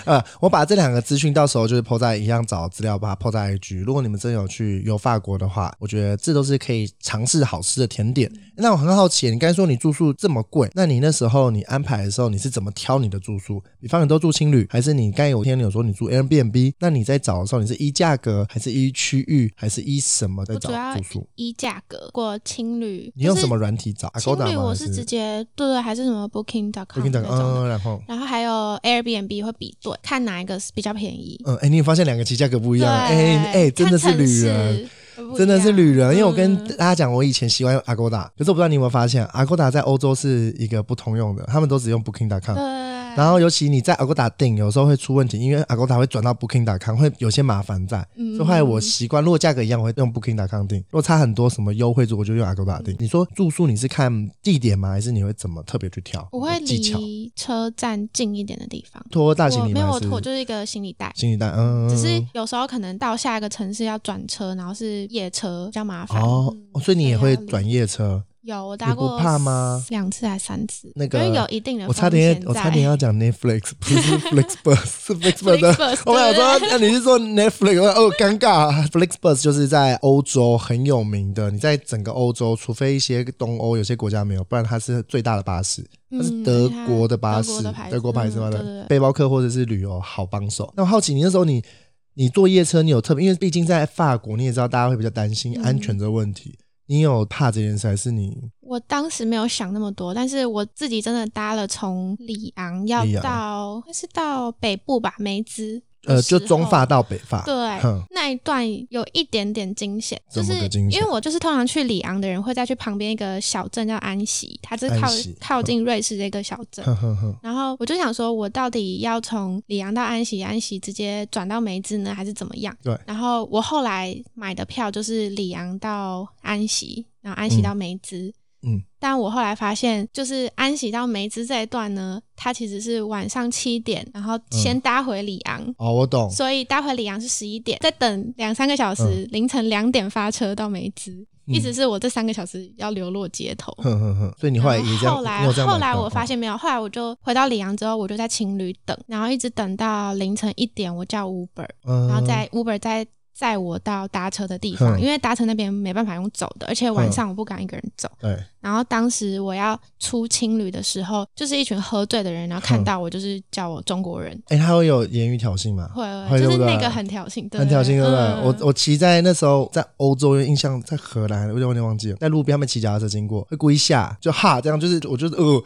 Speaker 2: 呃，我把这两个资讯到时候就是 PO 在一样找资料，把它 PO 在 IG。如果你们真有去游法国的话，我觉得这都是可以尝试好吃的甜
Speaker 3: 嗯
Speaker 2: 点。那我很好奇，你刚才说你住宿这么贵，那你那时候你安排的时候你是怎么挑你的住宿？比方你都住青旅，还是你刚才有一天你有说你住 Airbnb？那你在找的时候你是依价格，还是依区域，还是依什么在
Speaker 3: 我主
Speaker 2: 找
Speaker 3: 要
Speaker 2: 住宿？
Speaker 3: 依价格，如果情侣
Speaker 2: 你用
Speaker 3: 就是
Speaker 2: 什么软体找
Speaker 3: 情
Speaker 2: ？Agoda
Speaker 3: 侣
Speaker 2: 吗？
Speaker 3: 我
Speaker 2: 还
Speaker 3: 是直接对对，还是什么
Speaker 2: 我
Speaker 3: Booking.com
Speaker 2: 跟你
Speaker 3: 那
Speaker 2: 讲，
Speaker 3: 种的，
Speaker 2: 嗯，然后。
Speaker 3: 然后还有 Airbnb 会比对，看哪一个是比较便宜。
Speaker 2: 嗯，哎、你有发现两个旗价格不一样，哎哎、
Speaker 3: 对
Speaker 2: 真的是旅人，，真的是旅人。因为我跟
Speaker 3: 嗯
Speaker 2: 大家讲，我以前喜欢 Agoda，可是我不知道你有没有发现，Agoda 在欧洲是一个不通用的，他们都只用 Booking.com。
Speaker 3: 然
Speaker 2: 然后，尤其你在 Agoda 订，有时候会出问题，因为 Agoda 会转到 Booking.com，会有些麻烦在。
Speaker 3: 嗯
Speaker 2: 所以后来我习惯，如果价格一样，我会用 Booking.com 订；如果差很多什么优惠组，我就用 Agoda
Speaker 3: 嗯
Speaker 2: 订。你说住宿你是看地点吗？还是你会怎么特别去挑？
Speaker 3: 我会
Speaker 2: 技巧，
Speaker 3: 离车站近一点的地方。
Speaker 2: 拖大行
Speaker 3: 我
Speaker 2: 李
Speaker 3: 没
Speaker 2: 吗？
Speaker 3: 有，
Speaker 2: 还
Speaker 3: 我
Speaker 2: 是
Speaker 3: 我就是一个行李袋。
Speaker 2: 行李袋，嗯，嗯嗯
Speaker 3: 只是有时候可能到下一个城市要转车，然后是夜车，比较麻烦。
Speaker 2: 哦，哦所以你也
Speaker 3: 所
Speaker 2: 会
Speaker 3: 以要离
Speaker 2: 转夜车？
Speaker 3: 有我
Speaker 2: 你
Speaker 3: 搭
Speaker 2: 不
Speaker 3: 过
Speaker 2: 怕吗
Speaker 3: 两次还三次，
Speaker 2: 那个
Speaker 3: 因为有一定的
Speaker 2: 我
Speaker 3: 风
Speaker 2: 差
Speaker 3: 险在。
Speaker 2: 点，我差点要讲 Netflix，不是 Flixbus，是 Flixbus 的。
Speaker 3: Flixbus，
Speaker 2: 我想说，那你是说 Netflix？我哦，尴尬、啊。Flixbus 就是在欧洲很有名的，你在整个欧洲，除非一些东欧有些国家没有，不然它是最大的巴士，它是
Speaker 3: 嗯
Speaker 2: 德国的
Speaker 3: 它
Speaker 2: 巴
Speaker 3: 德
Speaker 2: 士
Speaker 3: 国的，牌
Speaker 2: 德国
Speaker 3: 子
Speaker 2: 牌子
Speaker 3: 嗯
Speaker 2: 嘛
Speaker 3: 对对
Speaker 2: 的
Speaker 3: 对
Speaker 2: 背包客或者是旅游好帮手。那我好奇，你那时候你你坐夜车，你有特别，因为毕竟在法国，你也知道大家会比较担心安
Speaker 3: 嗯
Speaker 2: 全这个问题，你有怕这件事，还是你
Speaker 3: 我当时没有想那么多，但是我自己真的搭了从里昂要
Speaker 2: 里昂
Speaker 3: 到，那是到北部吧，梅兹。
Speaker 2: 呃，就中
Speaker 3: 法。
Speaker 2: 法到北法，
Speaker 3: 对
Speaker 2: 哼，
Speaker 3: 那一段有一点点惊险，就
Speaker 2: 怎
Speaker 3: 是
Speaker 2: 么个惊险
Speaker 3: 因为我就是通常去里昂的人会再去旁边一个小镇叫安息，它是靠
Speaker 2: 安息
Speaker 3: 靠近瑞士的一个小镇。
Speaker 2: 哼哼哼。
Speaker 3: 然后我就想说，我到底要从里昂到安息，安息直接转到梅兹呢，还是怎么样？
Speaker 2: 对
Speaker 3: 然后我后来买的票就是里昂到安息，然后安息到梅兹。
Speaker 2: 嗯嗯
Speaker 3: 但我后来发现，就是安息到梅兹这一段呢，它其实是晚上七点，然后先搭回里昂，
Speaker 2: 嗯哦，我懂。
Speaker 3: 所以搭回里昂是十一点，再等两三个小时，
Speaker 2: 嗯
Speaker 3: 凌晨两点发车到梅兹，
Speaker 2: 嗯
Speaker 3: 一直是我这三个小时要流落街头。
Speaker 2: 哼哼哼，所以你后来也这样，
Speaker 3: 然后后
Speaker 2: 你
Speaker 3: 来
Speaker 2: 有这样
Speaker 3: 后
Speaker 2: 买
Speaker 3: 来
Speaker 2: 房
Speaker 3: 我发，现没有，后来我就回到里昂之后，我就在情侣等，然后一直等到凌晨一点，我叫 Uber，
Speaker 2: 嗯
Speaker 3: 然后再 Uber 再载我到搭车的地方，
Speaker 2: 哼
Speaker 3: 因为搭车那边没办法用走的，而且晚
Speaker 2: 哼
Speaker 3: 上我不敢一个人走。
Speaker 2: 对，
Speaker 3: 然后当时我要出青旅的时候，就是一群喝醉的人，然后看
Speaker 2: 哼
Speaker 3: 到我就是叫我中国人，
Speaker 2: 哎，他会有言语挑衅吗？
Speaker 3: 会
Speaker 2: 会
Speaker 3: 会
Speaker 2: 对
Speaker 3: 就是
Speaker 2: 哎不对啊
Speaker 3: 那个很挑衅，对
Speaker 2: 很挑衅，对不对？
Speaker 3: 嗯
Speaker 2: 我我骑在那时候在欧洲，印象在荷兰，我有点忘记了，在路边他们骑脚踏车经过，会故意吓，就哈这样，就是我就是呃，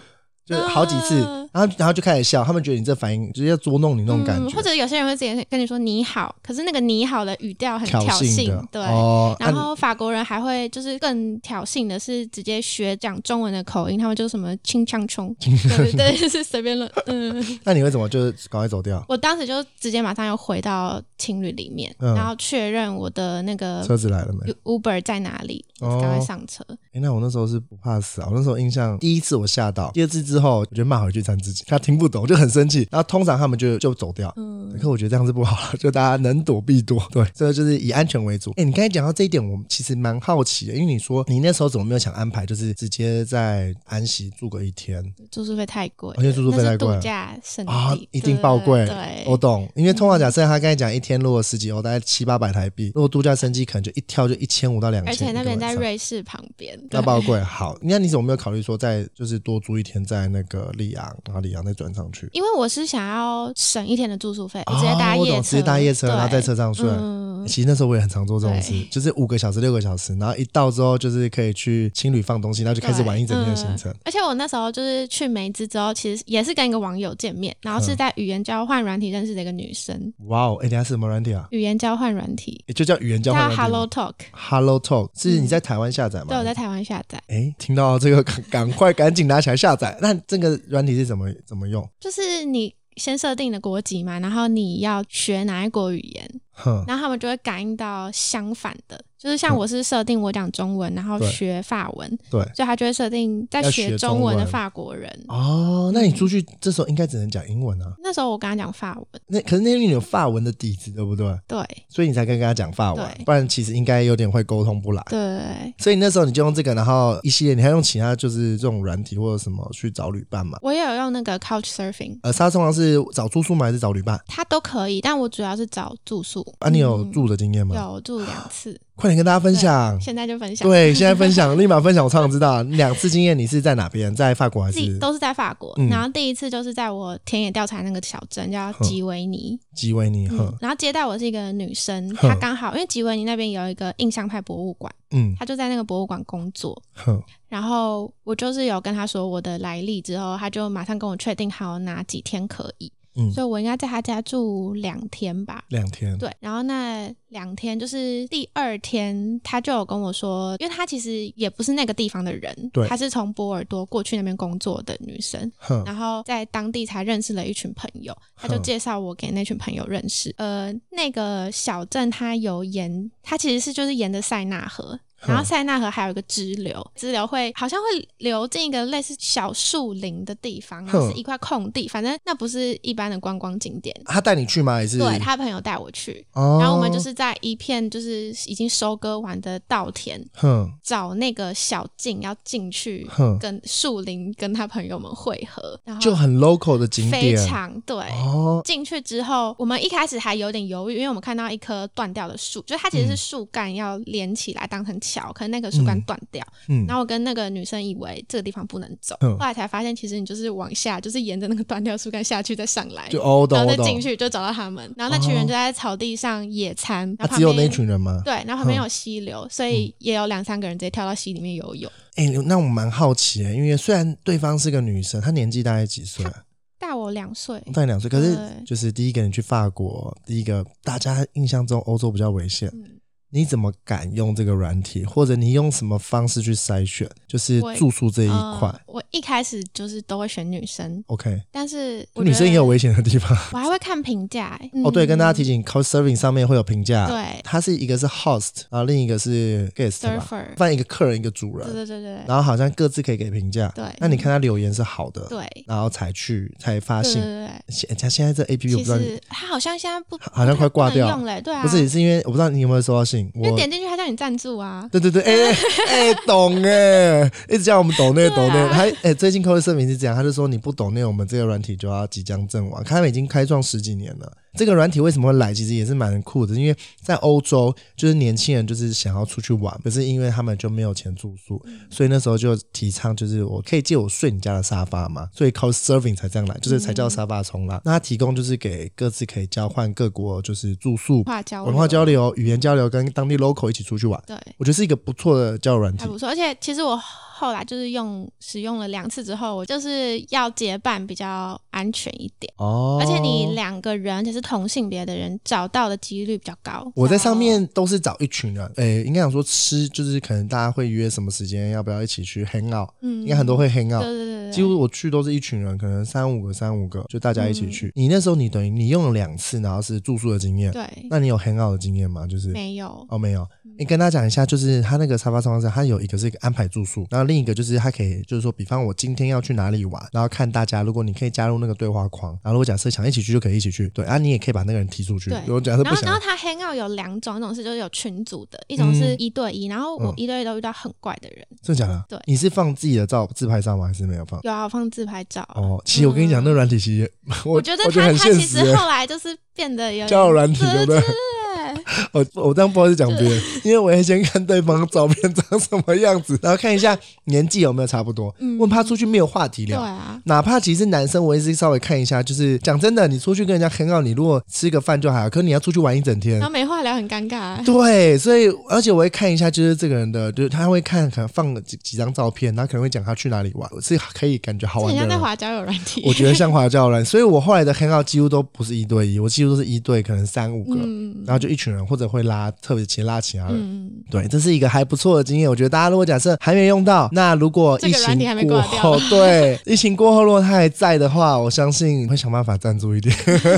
Speaker 2: 就是好几次
Speaker 3: 嗯，
Speaker 2: 然后然后就开始笑，他们觉得你这反应就是要捉弄你那种感
Speaker 3: 嗯，
Speaker 2: 觉
Speaker 3: 或，者有些人会直接跟你说“你好”，可是那个“你好”的语调很
Speaker 2: 挑
Speaker 3: 衅，
Speaker 2: 的，
Speaker 3: 对。
Speaker 2: 哦，
Speaker 3: 然
Speaker 2: 啊
Speaker 3: 后法国人还会就是更挑衅的是直接学讲中文的口音，他们就什么“清呛冲”， 对对对，就是随便乱。嗯，
Speaker 2: 那你会怎么就是赶快走掉？
Speaker 3: 我当时就直接马上又回到情侣里面，
Speaker 2: 嗯
Speaker 3: 然后确认我的那个
Speaker 2: 车子来了没？
Speaker 3: U- Uber 在哪里，
Speaker 2: 哦
Speaker 3: 赶快上车。
Speaker 2: 哎、那我那时候是不怕死啊！我那时候印象第一次我吓到，第二次之之后，我就骂回去三字经，他听不懂就很生气，然后通常他们就就走掉。嗯，可我觉得这样是不好了，就大家能躲避躲，对，所以就是以安全为主。哎，你刚才讲到这一点，我其实蛮好奇的，因为你说你那时候怎么没有想安排，就是直接在安息住个一天
Speaker 3: 住宿费太贵了，
Speaker 2: 而且哦住宿费
Speaker 3: 那是
Speaker 2: 太贵
Speaker 3: 度假胜地
Speaker 2: 啊，一定
Speaker 3: 嗯对
Speaker 2: 爆贵。
Speaker 3: 对，嗯
Speaker 2: 我懂，因为通常假设他刚才讲一天如果十几欧，大概七八百台币，如果度假升级可能就一跳就一千五到两千，
Speaker 3: 而且那边在瑞士旁边，
Speaker 2: 那
Speaker 3: 对
Speaker 2: 包贵好，那你怎么没有考虑说在就是多租一天在那个里昂，然后里昂再转上去？
Speaker 3: 因为我是想要省一天的住宿费，我直接
Speaker 2: 啊
Speaker 3: 搭
Speaker 2: 我
Speaker 3: 夜
Speaker 2: 懂
Speaker 3: 车，
Speaker 2: 直接搭夜车，然后在
Speaker 3: 对
Speaker 2: 车上睡。
Speaker 3: 嗯，
Speaker 2: 其实那时候我也很常做这种事
Speaker 3: 对，
Speaker 2: 就是五个小时、六个小时，然后一到之后就是可以去青旅放东西，然后就开始
Speaker 3: 对
Speaker 2: 玩一整天的行
Speaker 3: 嗯
Speaker 2: 程。
Speaker 3: 而且我那时候就是去梅兹之后，其实也是跟一个网友见面，然后是在语言交换软体认识的一个女生，
Speaker 2: 哇哦，哎，你还是什么软体啊？
Speaker 3: 语言交换软体
Speaker 2: 也就叫语言交换
Speaker 3: 叫
Speaker 2: 软体吗
Speaker 3: Hello Talk，
Speaker 2: Hello Talk，是你在台湾下载吗？
Speaker 3: 对，我在台湾下载，
Speaker 2: 哎，听到这个赶赶快赶紧拿起来下载。那这个软体是怎么怎么用？
Speaker 3: 就是你。先设定你的国籍嘛，然后你要学哪一国语言，
Speaker 2: 哼，
Speaker 3: 然后他们就会感应到相反的，就是像我是设定我讲中文，然后
Speaker 2: 对
Speaker 3: 学法文，
Speaker 2: 对
Speaker 3: 所以他就会设定在
Speaker 2: 要学
Speaker 3: 学
Speaker 2: 中
Speaker 3: 中文的
Speaker 2: 文
Speaker 3: 法国人。
Speaker 2: 哦，那你出去这时候应该只能讲英文啊。
Speaker 3: 那时候我跟他讲法文，
Speaker 2: 那可是那因为你有法文的底子，对不对？
Speaker 3: 对
Speaker 2: 所以你才跟跟他讲法文，
Speaker 3: 对
Speaker 2: 不然其实应该有点会沟通不来。
Speaker 3: 对，
Speaker 2: 所以那时候你就用这个，然后一系列你还用其他就是这种软体或者什么去找旅伴嘛？
Speaker 3: 我也有用那个 Couch Surfing，
Speaker 2: 呃，沙通常是找住宿吗？还是找旅伴？
Speaker 3: 它都可以，但我主要是找住宿。嗯
Speaker 2: 啊，你有住的经验吗？
Speaker 3: 有住两 次，
Speaker 2: 快点跟大家分享。
Speaker 3: 现在就分享。
Speaker 2: 对，现在分享，立马分享，我超想知道 两次经验你是在哪边，在法国还
Speaker 3: 自己
Speaker 2: 是
Speaker 3: 都是在法国，
Speaker 2: 嗯
Speaker 3: 然后第一次就是在我田野调查那个小镇叫吉维尼，
Speaker 2: 吉维尼？
Speaker 3: 嗯
Speaker 2: 哼，，
Speaker 3: 然后接待我是一个女生，
Speaker 2: 哼
Speaker 3: 她刚好因为吉维尼那边有一个印象派博物馆，
Speaker 2: 嗯，
Speaker 3: 她就在那个博物馆工作，
Speaker 2: 哼，
Speaker 3: 然后我就是有跟他说我的来历之后，他就马上跟我确定好哪几天可以，
Speaker 2: 嗯
Speaker 3: 所以我应该在他家住两天吧。
Speaker 2: 两天，
Speaker 3: 对，然后那两天就是第二天，他就有跟我说，因为他其实也不是那个地方的人，
Speaker 2: 对嗯
Speaker 3: 他是从波尔多过去那边工作的女生，
Speaker 2: 哼，啊
Speaker 3: 然后在当地才认识了一群朋友，他就
Speaker 2: 哼
Speaker 3: 介绍我给那群朋友认识。呃，那个小镇它有沿，它其实是就是沿着塞纳河。
Speaker 2: 哼
Speaker 3: 然后塞纳河还有一个支流，支流会好像会流进一个类似小树林的地方，然后
Speaker 2: 哼
Speaker 3: 是一块空地，反正那不是一般的观光景点。
Speaker 2: 他带你去吗？还是
Speaker 3: 对他朋友带我去，
Speaker 2: 哦，
Speaker 3: 然后我们就是在一片就是已经收割完的稻田，
Speaker 2: 哼
Speaker 3: 找那个小径要进去
Speaker 2: 哼，
Speaker 3: 跟树林跟他朋友们汇合，然后
Speaker 2: 就很 local 的景
Speaker 3: 非
Speaker 2: 点
Speaker 3: 常对。
Speaker 2: 哦，
Speaker 3: 进去之后，我们一开始还有点犹豫，因为我们看到一棵断掉的树，就是它其实是树干要连起来当成桥，可是那个树干
Speaker 2: 嗯
Speaker 3: 断掉。
Speaker 2: 嗯，
Speaker 3: 然后我跟那个女生以为这个地方不能走，
Speaker 2: 嗯
Speaker 3: 后来才发现其实你就是往下，就是沿着那个断掉树干下去再上来，
Speaker 2: 就哦，我懂
Speaker 3: 然后
Speaker 2: 我
Speaker 3: 再
Speaker 2: 懂，
Speaker 3: 进去就找到他们。然后那群人就在草地上野餐，
Speaker 2: 啊
Speaker 3: 然后旁
Speaker 2: 只有那
Speaker 3: 边
Speaker 2: 群人吗？
Speaker 3: 对，然后旁边有溪流，所以也有两三个人直接跳到溪里面游泳。
Speaker 2: 哎、那我蛮好奇的，因为虽然对方是个女生，她年纪大概几岁啊？
Speaker 3: 大我两岁，
Speaker 2: 大概两岁，可是
Speaker 3: 对
Speaker 2: 就是第一个你去法国，第一个大家印象中欧洲比较危险，
Speaker 3: 嗯
Speaker 2: 你怎么敢用这个软体，或者你用什么方式去筛选？就是
Speaker 3: 我
Speaker 2: 住宿这一
Speaker 3: 呃
Speaker 2: 块、
Speaker 3: 我一开始就是都会选女生，
Speaker 2: o k
Speaker 3: 但是我
Speaker 2: 女
Speaker 3: 觉
Speaker 2: 生也有
Speaker 3: 得
Speaker 2: 危险的地方。
Speaker 3: 我还会看评价、欸。
Speaker 2: 哦，对，跟大家提
Speaker 3: 醒
Speaker 2: 醒 c o s e r v i n g 上面会有评价，
Speaker 3: 对
Speaker 2: 它是一个是 host，然后另一个是 guest 吧，
Speaker 3: ，surfer，
Speaker 2: 反正一个客人一个主
Speaker 3: 对
Speaker 2: 人，
Speaker 3: 对对对
Speaker 2: 然后好像各自可以给评价。
Speaker 3: 对
Speaker 2: 那你看他留言是好的，
Speaker 3: 对
Speaker 2: 然后才去才发
Speaker 3: 对对
Speaker 2: 信。
Speaker 3: 对
Speaker 2: 现现现在这 A P P
Speaker 3: 对，
Speaker 2: 我不
Speaker 3: 其
Speaker 2: 知道你，
Speaker 3: 实他好像现在不
Speaker 2: 好像快挂掉
Speaker 3: 不能用嘞，对啊，
Speaker 2: 不是，是因为我不知道你有没有收到信，
Speaker 3: 因为
Speaker 2: 我
Speaker 3: 点进去他叫你赞助啊，
Speaker 2: 对对对，哎 哎、哎懂哎、一直叫我们懂那懂那，
Speaker 3: 对啊
Speaker 2: 他哎、最近 c o d 声明是这样，他就说你不懂那我们这个软体就要即将阵亡，他们已经开创十几年了。这个软体为什么会来，其实也是蛮酷的，因为在欧洲，就是年轻人就是想要出去玩，可是因为他们就没有钱住宿，
Speaker 3: 嗯
Speaker 2: 所以那时候就提倡，就是我可以借我睡你家的沙发嘛，所以 c o s serving 才这样来，就是才叫沙发冲
Speaker 3: 嗯
Speaker 2: 浪。那它提供就是给各自可以交换各国就是住宿、
Speaker 3: 化交流
Speaker 2: 文化交流、语言交流，跟当地 local 一起出去玩。
Speaker 3: 对。
Speaker 2: 我觉得是一个不错的交友软体
Speaker 3: 还。不错，而且其实我后来就是用使用了两次之后，我就是要结伴比较安全一点，
Speaker 2: 哦，
Speaker 3: 而且你两个人，而且是同性别的人，找到的几率比较高。
Speaker 2: 我在上面都是找一群人，诶、应该想说吃，就是可能大家会约什么时间，要不要一起去 hang out？
Speaker 3: 嗯
Speaker 2: 应该很多会 hang
Speaker 3: 对
Speaker 2: out。
Speaker 3: 对对对，
Speaker 2: 几乎我去都是一群人，可能三五个、三五个，就大家一
Speaker 3: 嗯
Speaker 2: 起去。你那时候你等于你用了两次，然后是住宿的经验，
Speaker 3: 对
Speaker 2: 那你有 hang out 的经验吗？就是
Speaker 3: 没有嗯
Speaker 2: 哦，没有。你跟大家讲一下，就是他那个沙发冲浪者，他有一个是一个安排住宿，然后另一个就是它可以，就是说，比方我今天要去哪里玩，然后看大家，如果你可以加入那个对话框，然后如果假设想一起去就可以一起去，对啊，你也可以把那个人踢出去。
Speaker 3: 对
Speaker 2: 如果假设
Speaker 3: 然
Speaker 2: 不啊
Speaker 3: 后，然后
Speaker 2: 想，
Speaker 3: 他 hang out 有两种，一种是就是有群组的，一种
Speaker 2: 嗯
Speaker 3: 是一对一。然后我一对一都遇到很怪的人，
Speaker 2: 真的假的？
Speaker 3: 对
Speaker 2: 你是放自己的照自拍照吗？还是没有放？
Speaker 3: 有啊，我放自拍照。
Speaker 2: 哦，其实我跟你讲，那软体其实我
Speaker 3: 嗯我
Speaker 2: 我
Speaker 3: 觉得
Speaker 2: 我觉
Speaker 3: 他
Speaker 2: 得很
Speaker 3: 他
Speaker 2: 现
Speaker 3: 其
Speaker 2: 实
Speaker 3: 实
Speaker 2: 欸，
Speaker 3: 后来就是变得 有
Speaker 2: 交友软体对
Speaker 3: 对
Speaker 2: 不对
Speaker 3: 对？ 啊
Speaker 2: 我我这样不好意思讲别人，因为我也先看对方照片长什么样子，然后看一下年纪有没有差不多，
Speaker 3: 嗯
Speaker 2: 问怕出去没有话题
Speaker 3: 对
Speaker 2: 聊。
Speaker 3: 啊，
Speaker 2: 哪怕其实男生，我也是稍微看一下，就是讲真的，你出去跟人家很好，你如果吃个饭就还好，可是你要出去玩一整天
Speaker 3: 然，后没话聊很尴尬。啊
Speaker 2: 对，所以而且我会看一下，就是这个人的，就是他会看可能放了几几张照片，他可能会讲他去哪里玩，是可以感觉好
Speaker 3: 这
Speaker 2: 玩的
Speaker 3: 很像在
Speaker 2: 人。
Speaker 3: 滑交友软体。
Speaker 2: 我觉得像华教人，所以我后来的 hangout 几乎都不是一对一，我几乎都是一对，可能三五个，
Speaker 3: 嗯
Speaker 2: 然后就一群人，或者会拉特别其拉其他人。
Speaker 3: 嗯，
Speaker 2: 对，这是一个还不错的经验。我觉得大家如果假设还没用到，那如果疫
Speaker 3: 这个软体还没
Speaker 2: 情过
Speaker 3: 挂掉
Speaker 2: 后， 对疫情过后如果它还在的话，我相信会想办法赞助 一点，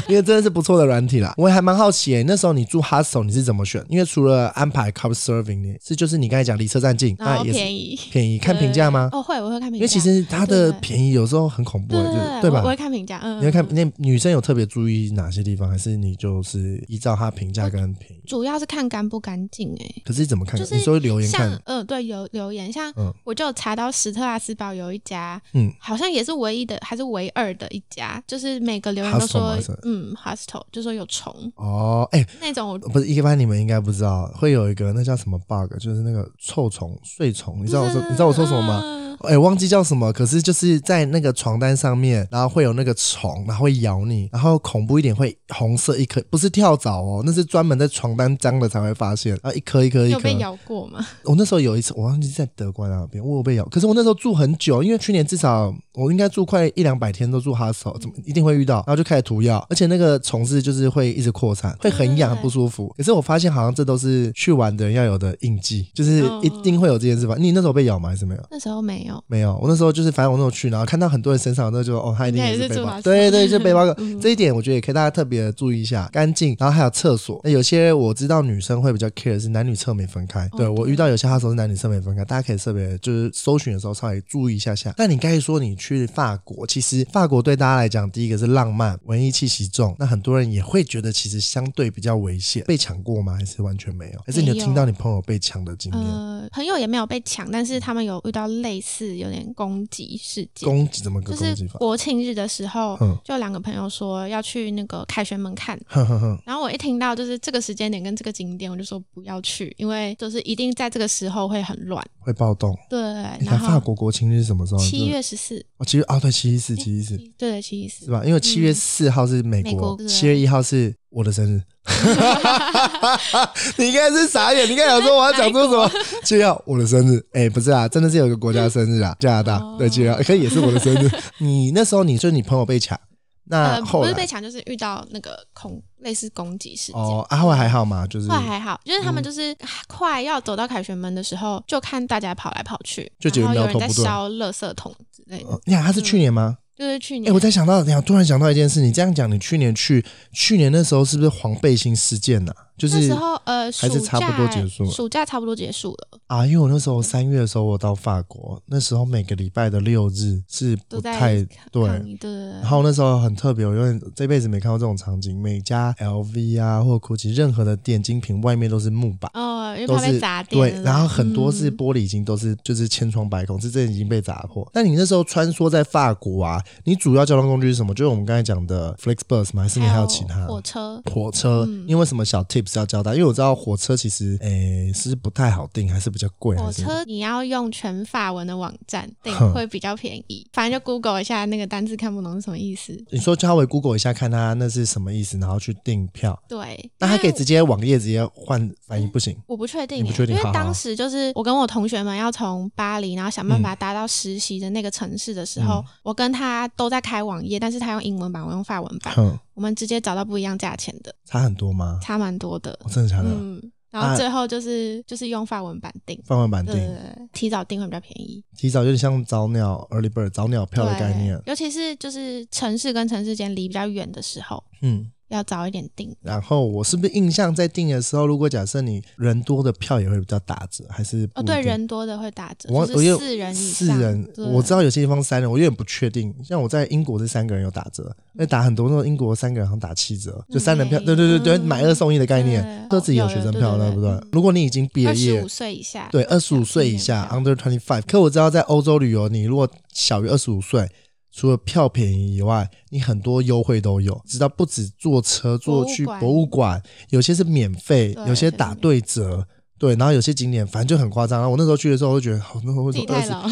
Speaker 2: 因为真的是不错的软体啦。我也还蛮好奇、欸，那时候你住 hostel 你是怎么选？因为除了安排 c o p serving，你是就是你刚才讲离车站近，
Speaker 3: 然
Speaker 2: 那
Speaker 3: 后
Speaker 2: 也是
Speaker 3: 哦便宜。
Speaker 2: 便宜，看评价吗？
Speaker 3: 哦，会，我会看评价。
Speaker 2: 因为其实它的
Speaker 3: 对对
Speaker 2: 便宜有时候很恐怖、
Speaker 3: 对
Speaker 2: 欸，
Speaker 3: 对
Speaker 2: 就对吧
Speaker 3: 我我？会看评价。嗯，
Speaker 2: 你要看
Speaker 3: 嗯嗯
Speaker 2: 那女生有特别注意哪些地方，还是你就是依照她评价跟便宜？
Speaker 3: 主要是看干不干净哎。
Speaker 2: 可是怎么看？
Speaker 3: 就是
Speaker 2: 你说留言
Speaker 3: 像
Speaker 2: 看，
Speaker 3: 嗯，对，留留言，像
Speaker 2: 嗯
Speaker 3: 我就有查到史特拉斯堡有一家，
Speaker 2: 嗯，
Speaker 3: 好像也是唯一的，还是唯二的一家，就是每个留言都
Speaker 2: Hostel 吗
Speaker 3: 说
Speaker 2: 还是，
Speaker 3: 嗯，hostel 就说有虫
Speaker 2: 哦，哎、
Speaker 3: 那种，我
Speaker 2: 不是一般你们应该不知道，会有一个那叫什么 bug，就是那个臭虫、睡虫，你知道我说你知道我说什么吗？
Speaker 3: 嗯
Speaker 2: 哎、忘记叫什么，可是就是在那个床单上面，然后会有那个虫，然后会咬你，然后恐怖一点会红色一颗，不是跳蚤哦，那是专门在床单脏了才会发现，啊然后一颗一颗
Speaker 3: 你
Speaker 2: 一
Speaker 3: 有
Speaker 2: 颗
Speaker 3: 被。咬过吗？
Speaker 2: 我那时候有一次，我忘记在德国那边，我有被咬，可是我那时候住很久，因为去年至少我应该住快一两百天都住 hostel，怎么一定会遇到，然后就开始涂药，而且那个虫子就是会一直扩散，会很痒
Speaker 3: 对
Speaker 2: 很不舒服。可是我发现好像这都是去玩的人要有的印记，就是一定会有这件事吧？你那时候被咬吗？还是没有？
Speaker 3: 那时候没有，
Speaker 2: 没有，我那时候就是反正我那时候去，然后看到很多人身上，那就哦，他一定
Speaker 3: 应该也
Speaker 2: 是
Speaker 3: 是
Speaker 2: 背
Speaker 3: 住
Speaker 2: 包，
Speaker 3: hostel
Speaker 2: 对对，就背 包客、
Speaker 3: 嗯
Speaker 2: 这一点，我觉得也可以大家特别注意一下，干净，然后还有厕所。那有些我知道女生会比较 care 的是男女厕没分开，
Speaker 3: 哦
Speaker 2: 对我遇到有些他手是男女厕没分开，大家可以特别就是搜寻的时候稍微注意一下下。那你刚才说你去法国，其实法国对大家来讲，第一个是浪漫，文艺气息重，那很多人也会觉得其实相对比较危险。被抢过吗？还是完全没有？还是你有
Speaker 3: 没有
Speaker 2: 听到你朋友被抢的经验？
Speaker 3: 呃，朋友也没有被抢，但是他们有遇到类似有点攻击事件。
Speaker 2: 嗯攻击怎么个
Speaker 3: 就
Speaker 2: 攻
Speaker 3: 是
Speaker 2: 击法？
Speaker 3: 国庆日的时候
Speaker 2: 嗯，
Speaker 3: 就两个朋友说要去那个凯旋门看，
Speaker 2: 哼哼 哼，
Speaker 3: 然后我一听到就是这个时间点跟这个景点，我就说不要去，因为就是一定在这个时候会很乱。
Speaker 2: 会暴动。
Speaker 3: 对，
Speaker 2: 你
Speaker 3: 然
Speaker 2: 看法
Speaker 3: 后
Speaker 2: 国国庆日是什么时候？
Speaker 3: 七
Speaker 2: 就是
Speaker 3: 月十四，
Speaker 2: 哦，七月啊，对，七一四，七一四
Speaker 3: 对，七月十
Speaker 2: 是
Speaker 3: 四。嗯
Speaker 2: 吧？因为七月四号是美
Speaker 3: 美
Speaker 2: 国
Speaker 3: 国，对
Speaker 2: 七月一号是我的生日。 你应该是傻眼，你刚才想说我要讲出什 么？七月一号我的生日，哎，不是啊，真的是有一个国家生日啊，加拿大
Speaker 3: 哦
Speaker 2: 对，七月一号可以也是我的生 日。你那时候你就是你朋友被抢，那
Speaker 3: 呃，
Speaker 2: 后
Speaker 3: 不是
Speaker 2: 来
Speaker 3: 被抢，就是遇到那个恐类似攻击事件。
Speaker 2: 哦，啊，后来还好嘛，就是嗯
Speaker 3: 后来还好，就是他们就是快要走到凯旋门的时候，就看大家跑来跑去，
Speaker 2: 就觉得
Speaker 3: 然后
Speaker 2: 苗头
Speaker 3: 有人在
Speaker 2: 不对
Speaker 3: 烧垃圾桶之类的。
Speaker 2: 呃你看他是去年吗？
Speaker 3: 就是去
Speaker 2: 哎、
Speaker 3: 年
Speaker 2: 我，在想到，等一下突然想到一件事，你这样讲，你去年去，去年那时候是不是黄背心事件呐、就是
Speaker 3: 那时候呃，
Speaker 2: 还是
Speaker 3: 暑
Speaker 2: 差不多
Speaker 3: 假
Speaker 2: 结束了
Speaker 3: 暑假差不多结束了，
Speaker 2: 啊，因为我那时候三月的时候，我到法国，那时候每个礼拜的六日是不
Speaker 3: 都在
Speaker 2: 太
Speaker 3: 抗
Speaker 2: 对。
Speaker 3: 抗议对对对
Speaker 2: 然后那时候很特别，我永远这辈子没看过这种场景。每家 LV 啊，或者 GUCCI 任何的店精品外面都是木板，
Speaker 3: 哦，因为
Speaker 2: 都
Speaker 3: 怕
Speaker 2: 是
Speaker 3: 被砸
Speaker 2: 对
Speaker 3: 店了，，
Speaker 2: 然后很多
Speaker 3: 嗯
Speaker 2: 是玻璃已经都是就是千疮百孔，是真的已经被砸破。那你那时候穿梭在法国啊，你主要交通工具是什么？就是我们刚才讲的 Flixbus 吗？还是你还有其他？
Speaker 3: 火车，嗯
Speaker 2: 火车，因为什么小 tips 要教大家？因为我知道火车其实诶、是不太好订，还是比较贵。
Speaker 3: 火
Speaker 2: 还是
Speaker 3: 车你要用全法文的网站订
Speaker 2: 哼
Speaker 3: 会比较便宜，反正就 Google 一下那个单字看不懂是什么意思。
Speaker 2: 你说稍微 Google 一下，看它那是什么意思，然后去订票。
Speaker 3: 对，
Speaker 2: 那它可以
Speaker 3: 因为
Speaker 2: 直接网页直接换翻译，不行。
Speaker 3: 我不确定
Speaker 2: 你
Speaker 3: 耶，
Speaker 2: 不确定
Speaker 3: 因
Speaker 2: 好好
Speaker 3: 为
Speaker 2: 嗯好
Speaker 3: 当时就是我跟我同学们要从巴黎，然后想办法搭到实习的那个城市的
Speaker 2: 嗯
Speaker 3: 时候，我跟他都在开网页，但是他用英文版，我用法文版，
Speaker 2: 哼，
Speaker 3: 我们直接找到不一样价钱的，
Speaker 2: 差很多吗？
Speaker 3: 差蛮多的。
Speaker 2: 哦、真的假的？
Speaker 3: 嗯，然
Speaker 2: 啊
Speaker 3: 后最后就是、就是用法文版订，
Speaker 2: 放完版
Speaker 3: 对对
Speaker 2: 订，
Speaker 3: 对，提早订会比较便宜。
Speaker 2: 提早有点像早鸟 early bird 早鸟票的概念。
Speaker 3: 对尤其是就是城市跟城市间离比较远的时候，
Speaker 2: 嗯，
Speaker 3: 要早一点订。
Speaker 2: 然后我是不是印象在订的时候，如果假设你人多的票也会比较打折，还是不
Speaker 3: 哦，
Speaker 2: 一
Speaker 3: 对，
Speaker 2: 定
Speaker 3: 人多的会打折，
Speaker 2: 我
Speaker 3: 就
Speaker 2: 我
Speaker 3: 是
Speaker 2: 有
Speaker 3: 四人以
Speaker 2: 四
Speaker 3: 上。
Speaker 2: 人，
Speaker 3: 对
Speaker 2: 我知道有些地方三人，我有点不确定。像我在英国是三个人有打折，那打很多那种英国三个人好像打七折，就三人票，
Speaker 3: 嗯
Speaker 2: 对对对对，
Speaker 3: 嗯
Speaker 2: 买二送一的概念。车
Speaker 3: 对
Speaker 2: 子也有
Speaker 3: 有
Speaker 2: 学生票，
Speaker 3: 有对对
Speaker 2: 对不对
Speaker 3: 对？
Speaker 2: 如果你已经毕
Speaker 3: 二十
Speaker 2: 业
Speaker 3: 五，岁以下，
Speaker 2: 对，二十五岁以下
Speaker 3: 嗯
Speaker 2: （under twenty five）。可我知道在欧洲旅游，你如果小于二十五岁。除了票便宜以外，你很多优惠都有，直到不止坐车，坐去
Speaker 3: 博物馆
Speaker 2: 博物馆，有些是免费，
Speaker 3: 对
Speaker 2: 有些
Speaker 3: 就是
Speaker 2: 打
Speaker 3: 免
Speaker 2: 对折，对，然后有些景点反正就很夸张。然后我那时候去的时候，我就觉得，好，那为
Speaker 3: 自
Speaker 2: 什么
Speaker 3: 己
Speaker 2: 二
Speaker 3: 太
Speaker 2: 十
Speaker 3: 老，